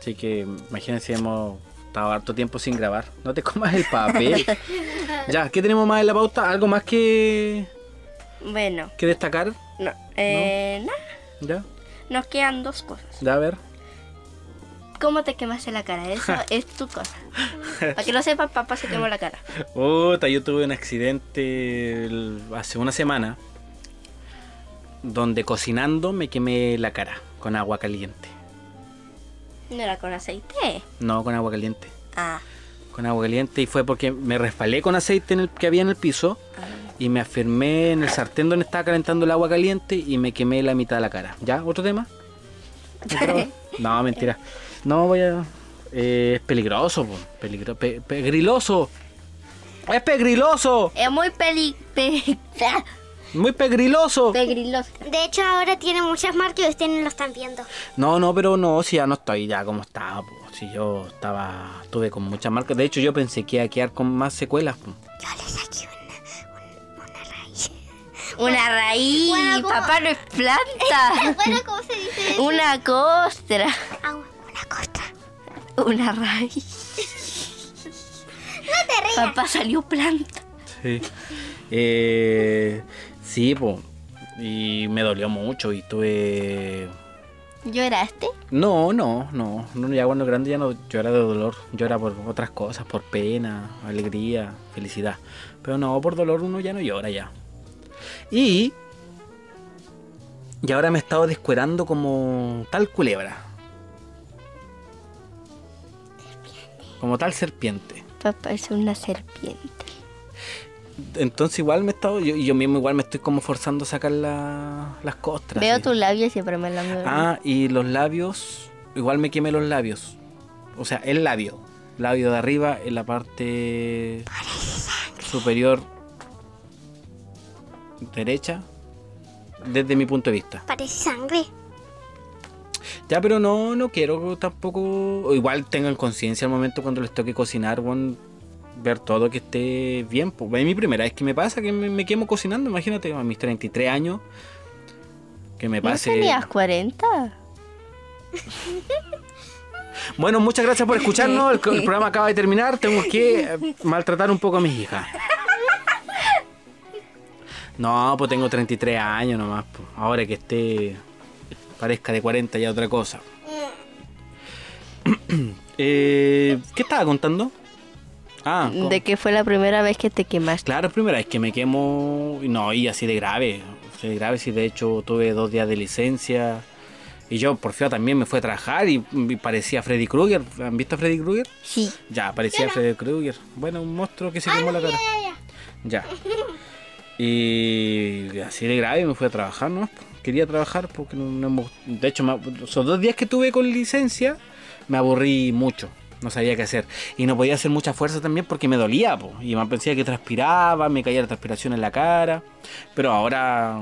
Así que imagínense, hemos estado harto tiempo sin grabar. No te comas el papel. Ya, ¿qué tenemos más en la pauta? ¿Algo más que, Bueno, que destacar? no, eh, nada, ¿Ya? nos quedan dos cosas. ¿Ya a ver? ¿Cómo te quemaste la cara? Eso es tu cosa. Para que lo sepa, papá se quemó la cara. Puta, yo tuve un accidente el- hace una semana donde cocinando me quemé la cara con agua caliente. No era con aceite. No, con agua caliente. Ah. Con agua caliente y fue porque me resbalé con aceite en el, que había en el piso y me afirmé en el sartén donde estaba calentando el agua caliente y me quemé la mitad de la cara. ¿Ya? ¿Otro tema? No, mentira. No voy a. eh, es peligroso, po. Peligro, pe- pegriloso. Es pegriloso. Es muy peli... pe- Muy pegriloso. pegriloso. De hecho, ahora tiene muchas marcas y ustedes no lo están viendo. No, no, pero no, si ya no estoy ya como estaba, po. Si yo estaba. Estuve con muchas marcas. De hecho, yo pensé que iba a quedar con más secuelas, po. Yo le saqué una, un- una raíz. Una raíz. Bueno, ¿cómo? papá no es planta. Bueno, ¿cómo se dice? Una costra. Ah, una costa. Una raíz. No te rías. Papá salió planta. Sí. Eh, sí, po. Y me dolió mucho y tuve. ¿Lloraste? No, no, no, no, ya cuando grande ya no llora de dolor, llora por otras cosas, por pena, alegría, felicidad. Pero no, por dolor uno ya no llora ya. Y. Y ahora me he estado descuerando como tal culebra. Como tal serpiente. Papá es una serpiente. Entonces igual me he estado. Yo, yo mismo igual me estoy como forzando a sacar la- las costras. Veo Ah, sí. tu labio y siempre me la muevo. Ah, y los labios. Igual me quemé los labios. O sea, el labio. Labio de arriba en la parte superior derecha. Desde mi punto de vista. Parece sangre. Ya, pero no, no quiero tampoco. o Igual tengan conciencia al momento cuando les toque cocinar, weón, ver todo que esté bien. po. Es mi primera vez que me pasa que me, me quemo cocinando. Imagínate, a mis 33 años. Que me ¿No pase. tenías 40? Bueno, muchas gracias por escucharnos. El, el programa acaba de terminar. Tengo que eh, maltratar un poco a mis hijas. No, pues tengo 33 años nomás. pues. Ahora que esté. parezca de 40 ya otra cosa. Eh, ¿Qué estaba contando? Ah, con- De que fue la primera vez que te quemaste. Claro, primera vez que me quemo, y no, y así de grave, así de grave, sí, de hecho tuve dos días de licencia, y yo por feo también me fui a trabajar y, y parecía Freddy Krueger, ¿han visto a Freddy Krueger? Sí. Ya, parecía Freddy Krueger, bueno, un monstruo que se quemó la cara, ya, y así de grave me fui a trabajar, ¿no? Quería trabajar porque no, no me gust- de hecho, me ab- esos dos días que tuve con licencia, me aburrí mucho. No sabía qué hacer. Y no podía hacer mucha fuerza también porque me dolía, po. Y me pensaba que transpiraba, me caía la transpiración en la cara. Pero ahora,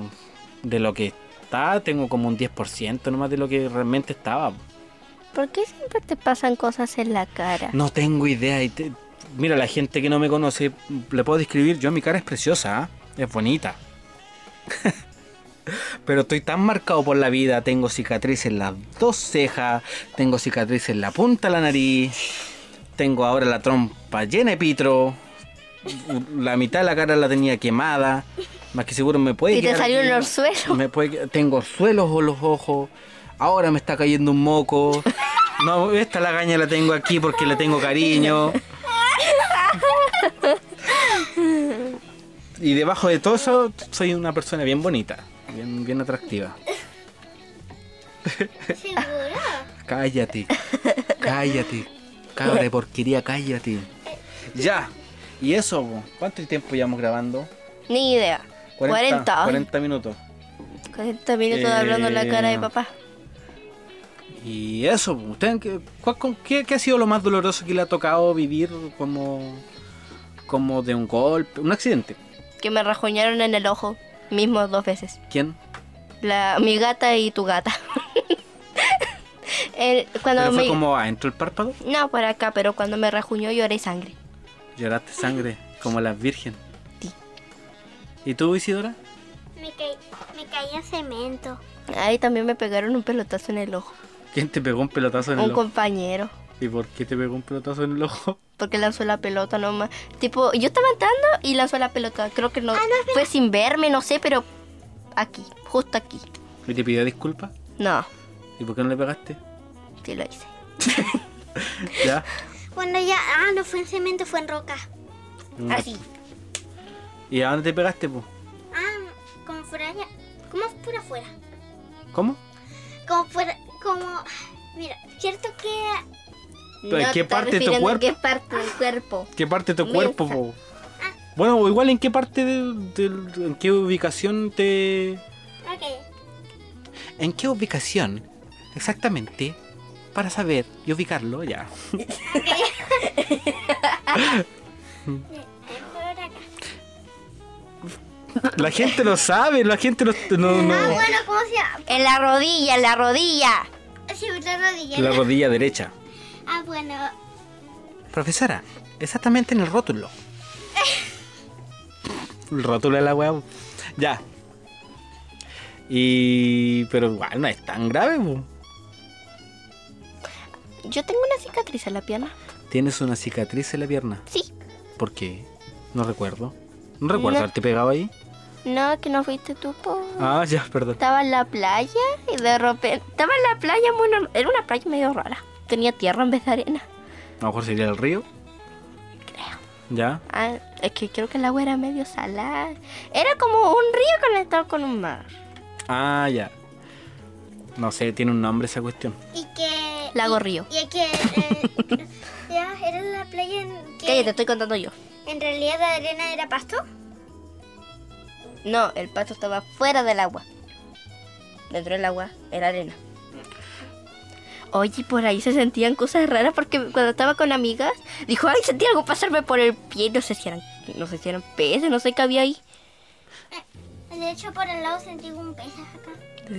de lo que estaba, tengo como un 10% nomás de lo que realmente estaba. ¿Por qué siempre te pasan cosas en la cara? No tengo idea. y te- Mira, la gente que no me conoce, le puedo describir, yo mi cara es preciosa, ¿ah? es bonita. Pero estoy tan marcado por la vida, tengo cicatrices en las dos cejas, tengo cicatrices en la punta de la nariz, tengo ahora la trompa llena de pitro, la mitad de la cara la tenía quemada, más que seguro me Y puede te quedar salió un aquí. orzuelo. Me puede que- tengo suelos o los ojos. Ahora me está cayendo un moco. No, esta lagaña la tengo aquí porque le tengo cariño. Y debajo de todo eso, soy una persona bien bonita, bien, bien atractiva. ¿Segura? Cállate, cállate, cabra de porquería, cállate. Ya, y eso, po. ¿cuánto tiempo llevamos grabando? Ni idea. 40. 40 minutos. 40 minutos hablando en la cara Eh. de papá. Y eso, pues, ¿ustedes qué, cuál- con- qué- qué ha sido lo más doloroso que le ha tocado vivir como, como de un golpe, un accidente? Que me rajuñaron en el ojo. Mismo dos veces. ¿Quién? La, mi gata y tu gata. El- cuando Pero fue me- como adentro el párpado, No, por acá, pero cuando me rajuñó lloré sangre. lloraste sangre, como la virgen. Sí. ¿Y tú, Isidora? Me, caí, me caí en cemento. Ahí también me pegaron un pelotazo en el ojo. ¿Quién te pegó un pelotazo en un el ojo? compañero. ¿Y por qué te pegó un pelotazo en el ojo? Porque lanzó la pelota nomás. Tipo, yo estaba entrando y lanzó la pelota. Creo que no. fue sin verme, no sé, pero aquí, justo aquí. ¿Y te pidió disculpas? No, ¿Y por qué no le pegaste? sí lo hice. ¿Ya? Bueno, ya. Ah, no fue en cemento, fue en roca. Mm. Así. ¿Y a dónde te pegaste, pues? Ah, como fuera allá. Como por afuera. ¿Cómo? Como fuera. Como. Mira, cierto que. Pero, ¿en qué está parte de tu refiriendo en cuerpo? ¿Qué parte del cuerpo? ¿Qué parte de tu Mensa. cuerpo? po? Bueno, o igual en qué parte del, del- en qué ubicación te Ok. eh, en qué ubicación exactamente para saber y ubicarlo ya. eh, Por acá. La gente lo sabe, la gente lo no, Ah, no. bueno, ¿cómo se llama? En la rodilla, en la rodilla. Sí, la rodilla. La rodilla derecha. Ah, bueno. Profesora, exactamente en el rótulo. El rótulo de la weá. Ya. Y pero igual no es tan grave. po. Yo tengo una cicatriz en la pierna. Tienes una cicatriz en la pierna. Sí. ¿Por qué? No recuerdo. No No. recuerdo haberte pegado ahí. No, que no fuiste tú, po. Ah, ya, perdón. Estaba en la playa y de repente. Estaba en la playa, bueno, era una playa medio rara. Tenía tierra en vez de arena. A lo mejor sería el río. Creo. Ya. Ah, es que creo que el agua era medio salada. Era como un río conectado con un mar. Ah, ya. No sé, tiene un nombre esa cuestión. Y que. Lago Río. Y es que. eh, ya, era la playa en. Que Cállate, estoy contando yo. En realidad la arena era pasto. No, el pato estaba fuera del agua. Dentro del agua era arena. Oye, por ahí se sentían cosas raras porque cuando estaba con amigas, dijo, ay, sentí algo pasarme por el pie. No sé si eran, no sé si eran peces, no sé qué había ahí. De hecho, por el lado sentí un pez acá.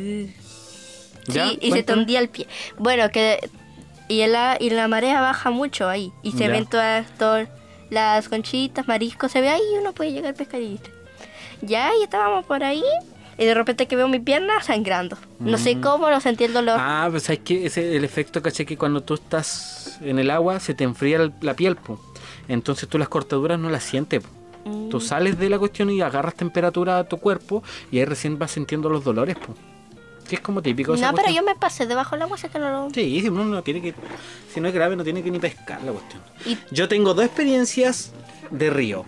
¿Ya? Sí, y se te Cuéntame. hundía el pie. Bueno, que. Y la, y la marea baja mucho ahí. Y se Ya. ven todas, todas las conchitas, mariscos, se ve ahí y uno puede llegar pescadito. Ya, y estábamos por ahí. Y de repente que veo mi pierna sangrando. No sé cómo, no sentí el dolor. Mm. Ah, pues sabes que ese el efecto, caché que cuando tú estás en el agua se te enfría el- la piel, po. Entonces tú las cortaduras no las sientes, po. Mm. Tú sales de la cuestión y agarras temperatura a tu cuerpo y ahí recién vas sintiendo los dolores, po. Que es como típico. esa no, pero cuestión. yo me pasé debajo del agua, sé que no lo... Sí, si uno no tiene que. Si no es grave, no tiene que ni pescar la cuestión. Y Yo tengo dos experiencias de río.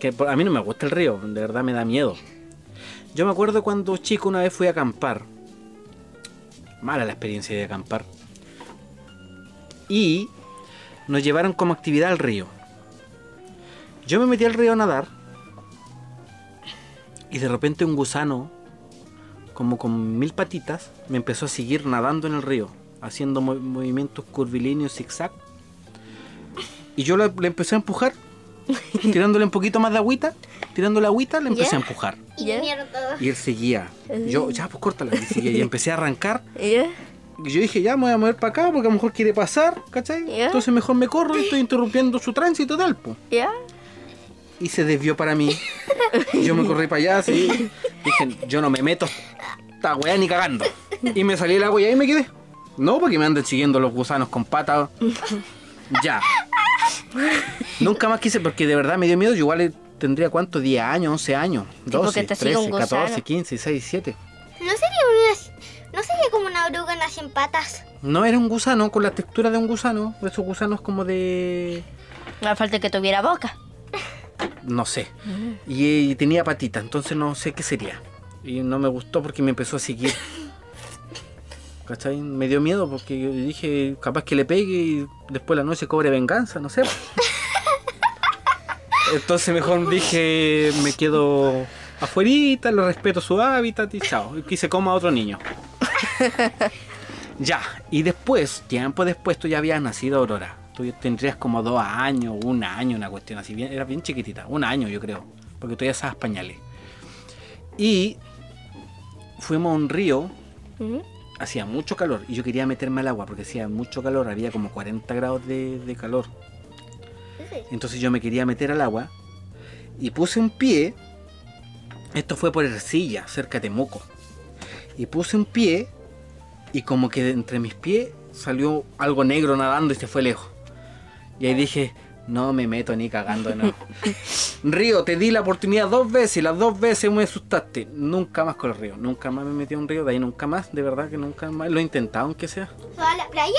Que por- a mí no me gusta el río, de verdad me da miedo. Yo me acuerdo cuando chico una vez fui a acampar. Mala la experiencia de acampar. Y nos llevaron como actividad al río. Yo me metí al río a nadar. Y de repente un gusano, como con mil patitas, me empezó a seguir nadando en el río, haciendo mo- em-, movimientos curvilíneos zigzag. Y yo la- le empecé a empujar. tirándole un poquito más de agüita, tirándole agüita, le empecé ¿Ya? a empujar. Y ¿Ya? mierda. Y él seguía. Yo, ya, pues córtala. Y seguía. Y empecé a arrancar. ¿Ya? Y yo dije, ya, me voy a mover para acá porque a lo mejor quiere pasar, ¿cachai? Ya. Entonces mejor me corro y estoy interrumpiendo su tránsito tal, po. ¿Ya? Y se desvió para mí. Yo me corrí para allá, así. Dije, yo no me meto esta weá ni cagando. Y me salí el agua y ahí me quedé. No, porque me andan siguiendo los gusanos con patas. Ya. Nunca más quise, porque de verdad me dio miedo. Yo igual tendría, ¿cuánto? 10 años, 11 años. porque 12, te sigue 13, un gusano. 14, 15, 16, 7. No sería una. No sería como una oruga en las cien patas. No era un gusano con la textura de un gusano. Esos gusanos como de. No falta que tuviera boca. No sé. Y, eh, tenía patita, entonces no sé qué sería. Y no me gustó porque me empezó a seguir. ¿Cachai? Me dio miedo porque yo dije, capaz que le pegue y después la noche cobre venganza, no sé. Entonces mejor dije, me quedo afuerita, le respeto su hábitat y chao. Y que se coma a otro niño. Ya, y después, tiempo después, tú ya habías nacido, Aurora. Tú tendrías como dos años, un año, una cuestión así. Bien, eras bien chiquitita, un año yo creo, porque tú ya sabes pañales. Y fuimos a un río, ¿Mm? hacía mucho calor, y yo quería meterme al agua porque hacía mucho calor, había como 40 grados de, de calor. Entonces yo me quería meter al agua y puse un pie. Esto fue por Ercilla, cerca de Moco. Y puse un pie y como que de entre mis pies salió algo negro nadando y se fue lejos. Y ahí dije, no me meto ni cagando, no. río, te di la oportunidad dos veces y las dos veces me asustaste. Nunca más con el río, nunca más me metí a un río, de ahí nunca más, de verdad que nunca más. Lo he intentado aunque sea. ¿A la playa?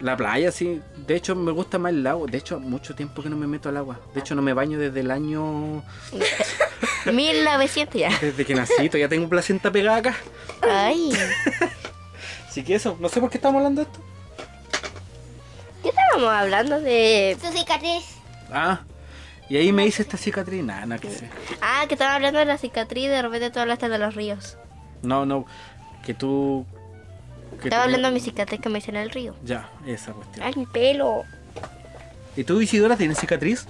La playa, sí. De hecho, me gusta más el lago. De hecho, mucho tiempo que no me meto al agua. De hecho, no me baño desde el año... 1900 ya. Desde que nací. Ya tengo placenta pegada acá. Ay. Así que eso. No sé por qué estamos hablando de esto. ¿Qué estábamos hablando de...? Su cicatriz. Ah. Y ahí me hice esta cicatriz. Nada, nada que sé. Ah, que estábamos hablando de la cicatriz de repente tú hablaste de los ríos. No, no. Que tú... que Estaba tú- hablando de mi cicatriz que me hice en el río. Ya, esa cuestión. Ay, mi pelo. ¿Y tú, Isidora, tienes cicatriz?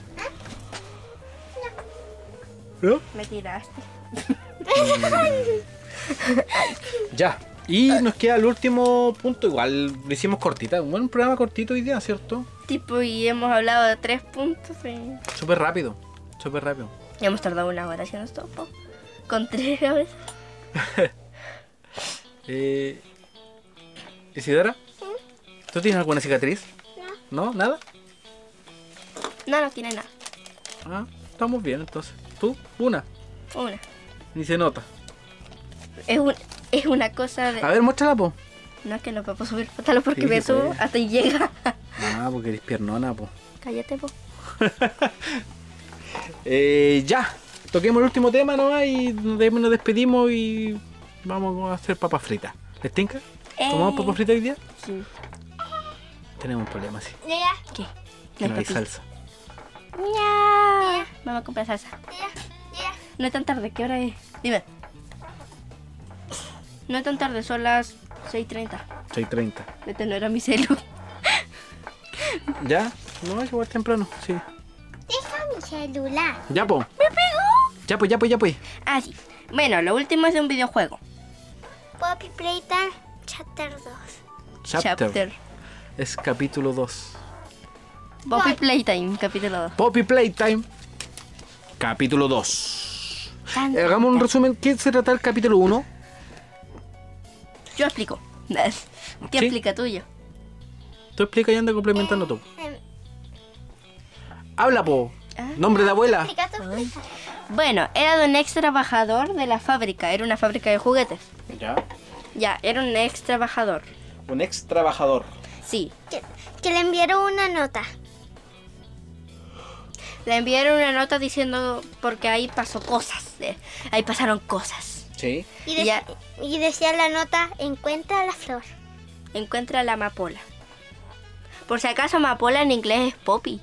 ¿No? Me tiraste. Ya. Y nos queda el último punto. Igual lo hicimos cortita. Un buen programa cortito hoy día, ¿cierto? Tipo, y hemos hablado de tres puntos y... Súper rápido. Súper rápido. Ya hemos tardado una hora haciendo esto, po. Con tres a veces. Eh, Isidora, ¿tú tienes alguna cicatriz? No. ¿Nada? No, no tiene nada. Ah, estamos bien entonces. ¿Tú? Una. Una. Ni se nota. Es, un, es una cosa de... A ver, muéstrala, po. No es que no puedo subir pátalo porque Ah. Sí, me sí subo puede. hasta y llega. Ah, porque eres piernona, po. Cállate, po. Eh, ya. Toquemos el último tema nomás y nos de- nos despedimos y vamos a hacer papas fritas. ¿Les tinca? ¿Tomamos Eh. papas fritas hoy día? Sí. Tenemos un problema, sí. Ya, ya. ¿Qué? Que no hay papilla. salsa. Ya. Vamos a comprar salsa. Ya, ya. No es tan tarde, ¿qué hora es? Dime. No es tan tarde, son las 6.30. 6.30. Vete, no era mi celu. ¿Ya? No, es igual temprano, sí. Deja mi celular. Ya, po. ¡Me pegó! Ya, pues, ya, pues, ya, pues. Ah, sí. Bueno, lo último es de un videojuego. Poppy Playtime Chapter 2. Chapter. Es capítulo 2. Poppy Playtime, capítulo 2. Poppy Playtime, capítulo 2. Hagamos un resumen. ¿Qué se trata el capítulo 1? Yo explico. ¿Qué Sí. explica tuyo? Tú explica y anda complementando tú. Em, Habla, po. Nombre de abuela. Explica tu explica. Bueno, era de un ex trabajador de la fábrica. Era una fábrica de juguetes. Ya. Ya, era un ex trabajador. Un ex trabajador. Sí. Que, que le enviaron una nota. Le enviaron una nota diciendo porque ahí pasó cosas. eh, ahí pasaron cosas. Sí. Y, de- Ya. y decía la nota, encuentra la flor. Encuentra la amapola. Por si acaso amapola en inglés es poppy.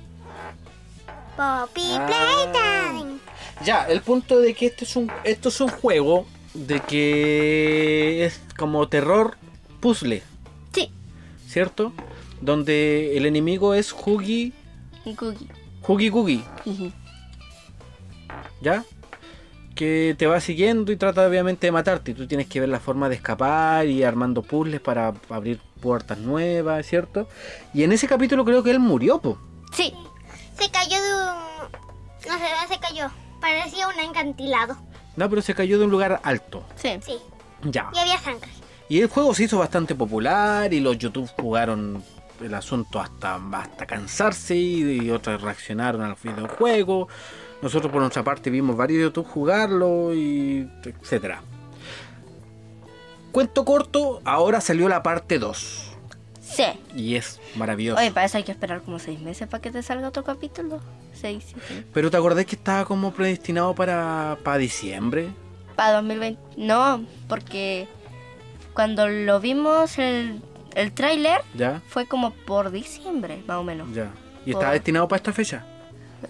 Poppy Ah. Playtime. Ya, el punto de que este es un, esto es un juego de que es como terror puzzle, Sí. ¿cierto? Donde el enemigo es Huggy, Un cookie. Huggy Googie. ¿ya? Que te va siguiendo y trata obviamente de matarte. Y tú tienes que ver la forma de escapar y armando puzzles para abrir puertas nuevas, ¿cierto? Y en ese capítulo creo que él murió, po. Sí. Se cayó de un... No sé, se cayó. Parecía un encantilado. No, pero se cayó de un lugar alto. Sí. Sí. Ya. Y había sangre. Y el juego se hizo bastante popular y los YouTube jugaron el asunto hasta, hasta cansarse y, y otras reaccionaron al videojuego. Nosotros por nuestra parte vimos varios YouTube jugarlo y etcétera. Cuento corto, ahora salió la parte 2 Sí. y es maravilloso. Oye, para eso hay que esperar como seis meses para que te salga otro capítulo. Seis, siete. Pero te acordás que estaba como predestinado para, para diciembre. Para 2020. No, porque cuando lo vimos el, el tráiler Ya, fue como por diciembre, más o menos. ya. Y estaba Oh. destinado para esta fecha.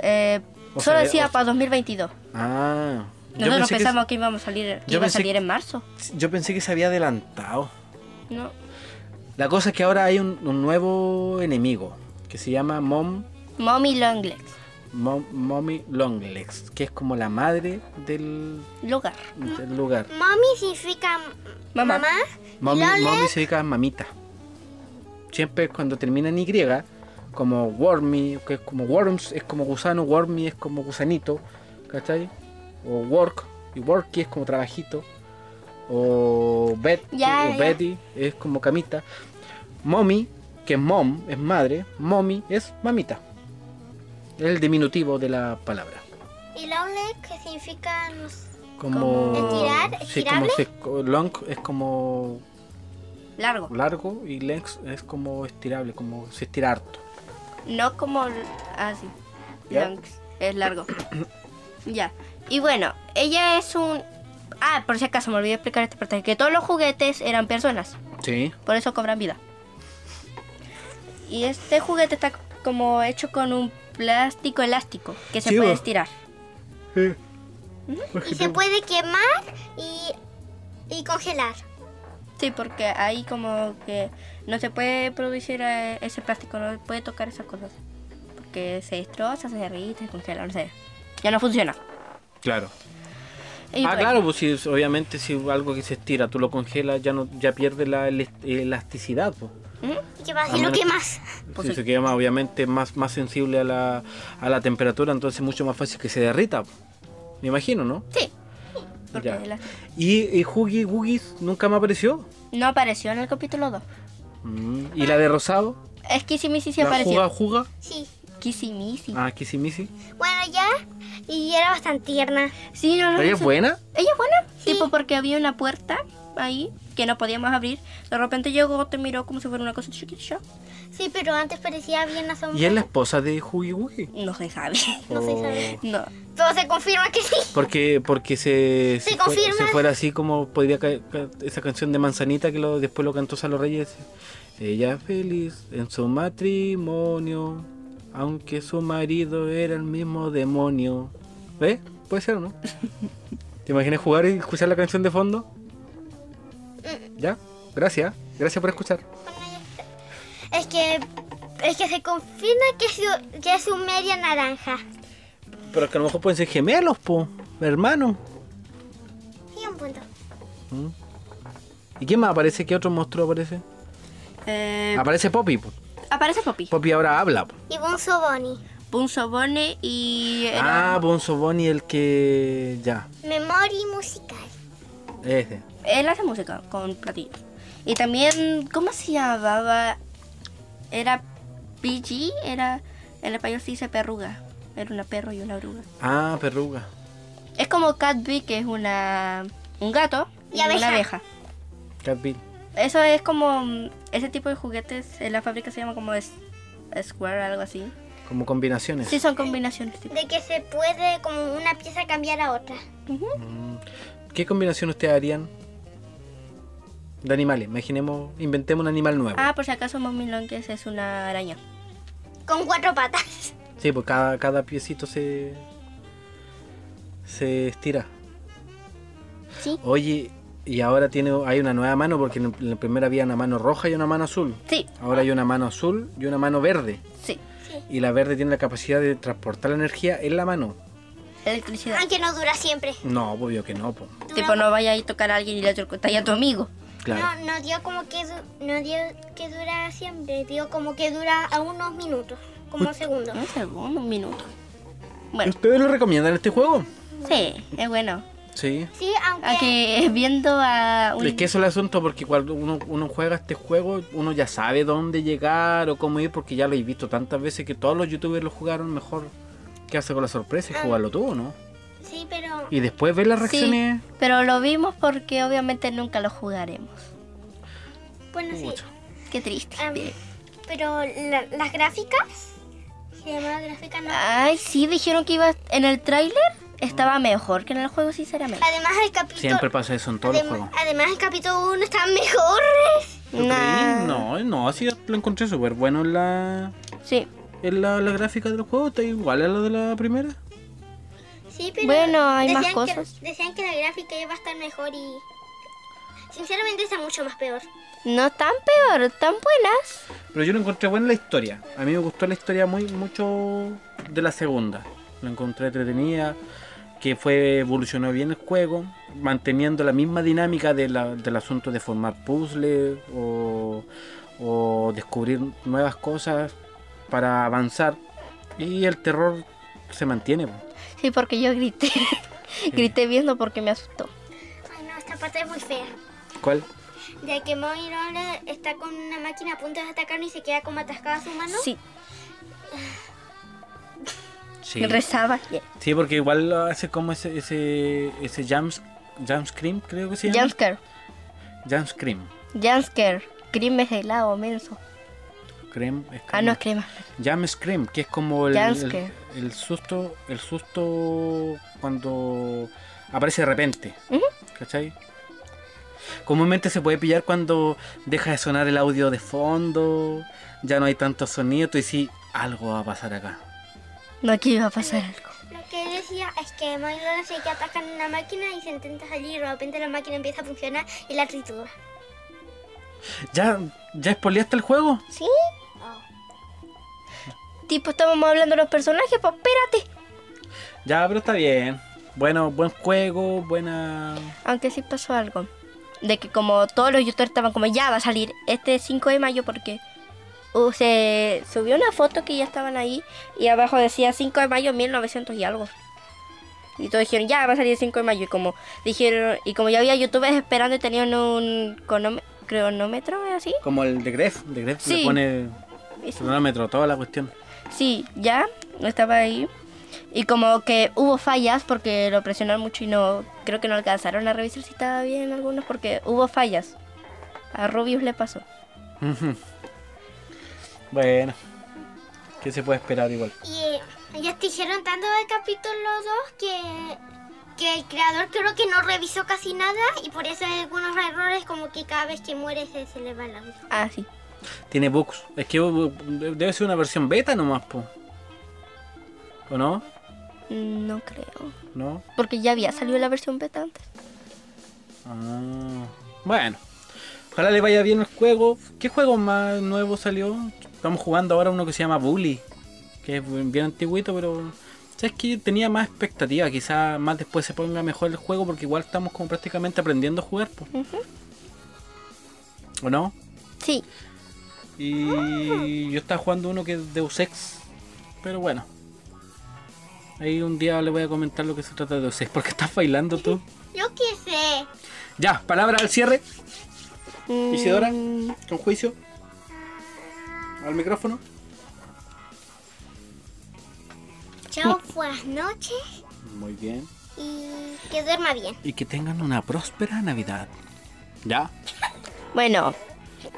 Eh, O solo sea, decía o- para 2022. Ah. yo Nosotros pensé que- pensamos que, íbamos a salir, yo iba a pensé salir que- en marzo. yo pensé que se había adelantado. No. La cosa es que ahora hay un, un nuevo enemigo que se llama Mom, Mommy Longlegs. Mom Mommy Longlegs, que es como la madre del, Lugar. del lugar. Mommy significa Mamá. mamá. Mommy, Longlegs. mommy se dedica a mamita. Siempre cuando termina en Y, como Wormy, que es como Worms, es como gusano, Wormy es como gusanito, ¿cachai? O Work, y Worky es como trabajito. O, Bet, Ya, o ya. Betty es como camita. Mommy, que es mom, es madre. Mommy es mamita. Es el diminutivo de la palabra. Y lonely que significa... no sé, Como. Como- Estirar, sí, como estirable. se- long es como Largo. largo y legs es como estirable, como se estira harto. No como así. ¿Ya? Es largo. ya. Y bueno, ella es un... Ah, por si acaso me olvidé explicar este parte que todos los juguetes eran personas, Sí. por eso cobran vida. Y este juguete está como hecho con un plástico elástico que se Sí, puede va. estirar. Y se puede quemar y, y congelar. Sí, porque ahí como que no se puede producir eh, ese plástico, no se puede tocar esas cosas. Porque se destroza, se derrite, se congela, no sé. Ya no funciona. Claro. Y ah, bueno, claro, pues si es- obviamente si algo que se estira, tú lo congelas, ya no ya pierde la el- elasticidad. Pues. ¿Y qué más? Ah, Y lo bueno. quemas. Pues si sí. se quema, obviamente más, más sensible a la, a la temperatura, entonces es mucho más fácil que se derrita. pues. Me imagino, ¿no? Sí. Porque Ya. es elástico. ¿Y, y Huggy Wuggies nunca me apareció? No apareció en el capítulo 2. Mm, ¿Y la de Rosado? Es Kisimisi sí ¿La Juga apareció. Juga? Sí. Kisimisi. Ah, Kissimisi. Bueno, ya. Y era bastante tierna. Ah, Sí, no, no, ¿Ella es eso- buena? Ella es buena. Tipo porque había una puerta ahí que no podíamos abrir. De repente llegó, te miró como si fuera una cosa chiquitita. Sí, pero antes parecía bien ¿Y es asombrosa. la esposa de Huggy Wuggy? No se sabe. No se sabe. No. Todo se confirma que sí. Porque, porque se, ¿Se si fue- confirma? si fuera así como podría caer ca- esa canción de Manzanita que lo, después lo cantó Salo Reyes. Ella feliz en su matrimonio, aunque su marido era el mismo demonio. ¿Ves? Puede ser, ¿no? ¿Te imaginas jugar y escuchar la canción de fondo? ¿Ya? Gracias. Gracias por escuchar. Es que, es que se confirma que es, su- que es su media naranja. Pero es que a lo mejor pueden ser gemelos, po. Hermano. Y un punto. ¿Mm? ¿Y quién más aparece? ¿Qué otro monstruo aparece? Eh, Aparece Poppy. po. aparece Poppy. Poppy ahora habla. po. Y un soboni. Punzobone y... era- Ah, Bonzo Boni, el que. Ya, Memoria musical. ese. Él hace música con platillos. Y también, ¿cómo se llamaba? Era PG, era. En español se dice perruga. Era una perro y una oruga. Ah, perruga. Es como Cat B, que es una. un gato y, Y abeja. una abeja. Catbill. Eso es como. mm, Ese tipo de juguetes en la fábrica se llama como es, Square, algo así. Como combinaciones. Sí, son combinaciones. tipo. De que se puede como una pieza cambiar a otra. Mm. ¿Qué combinación ustedes harían? De animales. Imaginemos, inventemos un animal nuevo. Ah, por si acaso, Mommy Longes es una araña. Con cuatro patas. Sí, pues cada, cada piecito se. se estira. Sí. Oye, y ahora tiene, hay una nueva mano porque en en la primera había una mano roja y una mano azul. Sí, Ahora hay una mano azul y una mano verde. sí. Y la verde tiene la capacidad de transportar la energía en la mano. electricidad. Aunque no dura siempre. No, pues obvio que no, po. Dura Tipo, no vaya a tocar a alguien y le electrocutáis a tu amigo. Claro. No, no dio como que du- no dio que dura siempre, dio como que dura a unos minutos, como segundos. Un segundo, un minuto. ¿Y Bueno, ¿Ustedes lo recomiendan este juego? sí, es bueno. Sí. Sí, aunque Aunque viendo a un... Es que eso es el asunto, porque cuando uno, uno juega este juego, uno ya sabe dónde llegar o cómo ir, porque ya lo he visto tantas veces que todos los youtubers lo jugaron mejor. ¿Qué hace con la sorpresa? Ah. Y jugarlo tú, ¿no? sí, pero Y después ver las Sí, reacciones. pero lo vimos porque obviamente nunca lo jugaremos. bueno sí. Pucha. Qué triste. Am, pero la- las gráficas, se llama gráfica no. Ay, sí, dijeron que iba en el tráiler estaba mejor que en el juego, sinceramente. Además el capítulo Siempre pasa eso en todos los juegos. adem- además el capítulo 1 está mejor. ¿Lo creí? No, no, así lo encontré súper bueno en la, Sí. en la, la gráfica del juego. Está igual a la de la primera. Sí, pero Bueno, hay más decían que- cosas. decían que la gráfica iba a estar mejor y sinceramente está mucho más peor. No tan peor, tan buenas. Pero yo lo encontré buena la historia. A mí me gustó la historia muy mucho de la segunda. La encontré entretenida, que fue evolucionó bien el juego, manteniendo la misma dinámica de la- del asunto de formar puzzles o, o descubrir nuevas cosas para avanzar. Y el terror se mantiene. po. Sí, porque yo grité. grité viendo porque me asustó. Ay, no, esta parte es muy fea. ¿Cuál? De que Moira está con una máquina a punto de atacarnos y se queda como atascada a su mano. Sí, Sí. rezaba. Yeah. Sí, porque igual hace como ese ese ese jump, jump scream, creo que se llama. Jumpscare. Jump scream. Jumpscare. Crime es helado, menso. Cream, es Ah, no, es crema. Jam Scream, que es como el, Jump el- scare. el susto, el susto cuando aparece de repente. ¿Cachai? Comúnmente se puede pillar cuando deja de sonar el audio de fondo, ya no hay tanto sonido, y sí, algo va a pasar acá. No, aquí iba a pasar algo. Lo que él decía es que Moira se queda atascada en una máquina y se intenta salir y de repente la máquina empieza a funcionar y la tritura. ¿Ya, ya spoileaste el juego? ¿Sí? Tipo, estábamos hablando de los personajes, pues espérate. Ya, pero está bien. Bueno, buen juego, buena... Aunque sí pasó algo. De que como todos los youtubers estaban como, ya va a salir este 5 de mayo porque... uh, se subió una foto que ya estaban ahí y abajo decía 5 de mayo 1900 y algo. Y todos dijeron, ya va a salir el 5 de mayo. Y como dijeron, y como ya había youtubers esperando y tenían un cronome- cronómetro así. Como el de Gref, de Gref le Sí. pone y se- cronómetro, toda la cuestión. Sí, ya estaba ahí. Y como que hubo fallas porque lo presionaron mucho y no creo que no alcanzaron a revisar si estaba bien algunos porque hubo fallas. A Rubius le pasó. Ujú. Bueno, ¿qué se puede esperar igual? Y eh, ellos te dijeron tanto del capítulo 2 que, que el creador creo que no revisó casi nada y por eso hay algunos errores como que cada vez que muere se, se le va el audio. Ah, sí. Tiene bugs. Es que uh, debe ser una versión beta nomás, po. ¿O no? No creo. ¿No? Porque ya había salido la versión beta antes. Ah, bueno. Ojalá le vaya bien el juego. ¿Qué juego más nuevo salió? Estamos jugando ahora uno que se llama Bully. Que es bien antiguito, pero... ¿Sabes que Tenía más expectativa. Quizá más después se ponga mejor el juego porque igual estamos como prácticamente aprendiendo a jugar, po. ¿O no? Sí. Y yo estaba jugando uno que es Deus Ex. Pero bueno. Ahí un día le voy a comentar lo que se trata de Deus Ex. Porque estás bailando tú. Yo qué sé. Ya, palabra al cierre. Mm, Isidora, con juicio. Al micrófono. Chao, buenas noches Muy bien. y que duerma bien. Y que tengan una próspera Navidad. Ya. Bueno.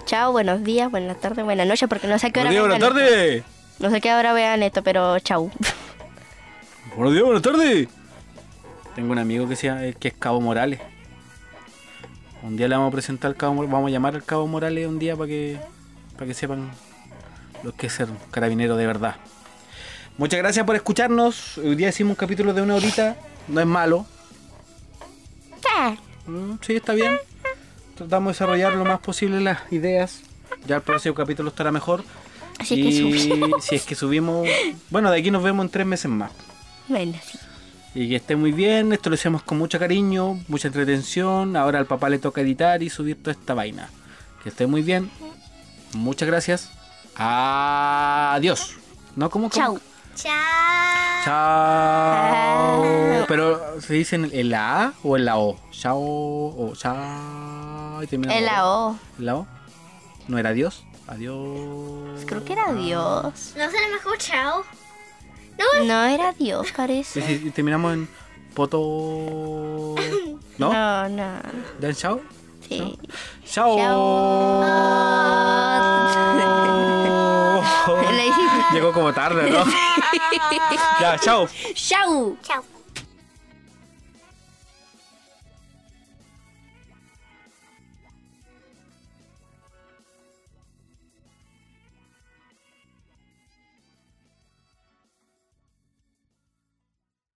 Chao, buenos días, buenas tardes, buenas noches, porque no sé a qué hora buenas vean esto. tardes. No sé a qué hora vean esto, pero chao. Buenos días, buenas tardes. Tengo un amigo que, sea, eh, que es Cabo Morales. Un día le vamos a presentar al Cabo Mor- vamos a llamar al Cabo Morales un día para que, para que sepan lo que es ser un carabinero de verdad. Muchas gracias por escucharnos. Hoy día hicimos un capítulo de una horita. No es malo. Mm, Sí, está bien. Tratamos de desarrollar lo más posible las ideas. Ya el próximo capítulo estará mejor. Así y que subí. si es que subimos... Bueno, de aquí nos vemos en tres meses más. Bueno, sí. Y que esté muy bien, esto lo hacemos con mucho cariño, mucha entretención. Ahora al papá le toca editar y subir toda esta vaina. Que esté muy bien. Muchas gracias. Adiós. No, como Chau. Chao. Ah. Chao. Pero se dice en en la A o en la O. Chao o chao. y termina En la O. ¿En la O? ¿No era adiós? Adiós. Creo que era Dios. No sé, a lo mejor chao. No era Dios, Y parece. si- y terminamos en poto. ¿No? No, no. ¿Ya en chao? Sí. Chao. Le dije, Llegó como tarde, ¿no? ya, chao. ¡Chau! Chao.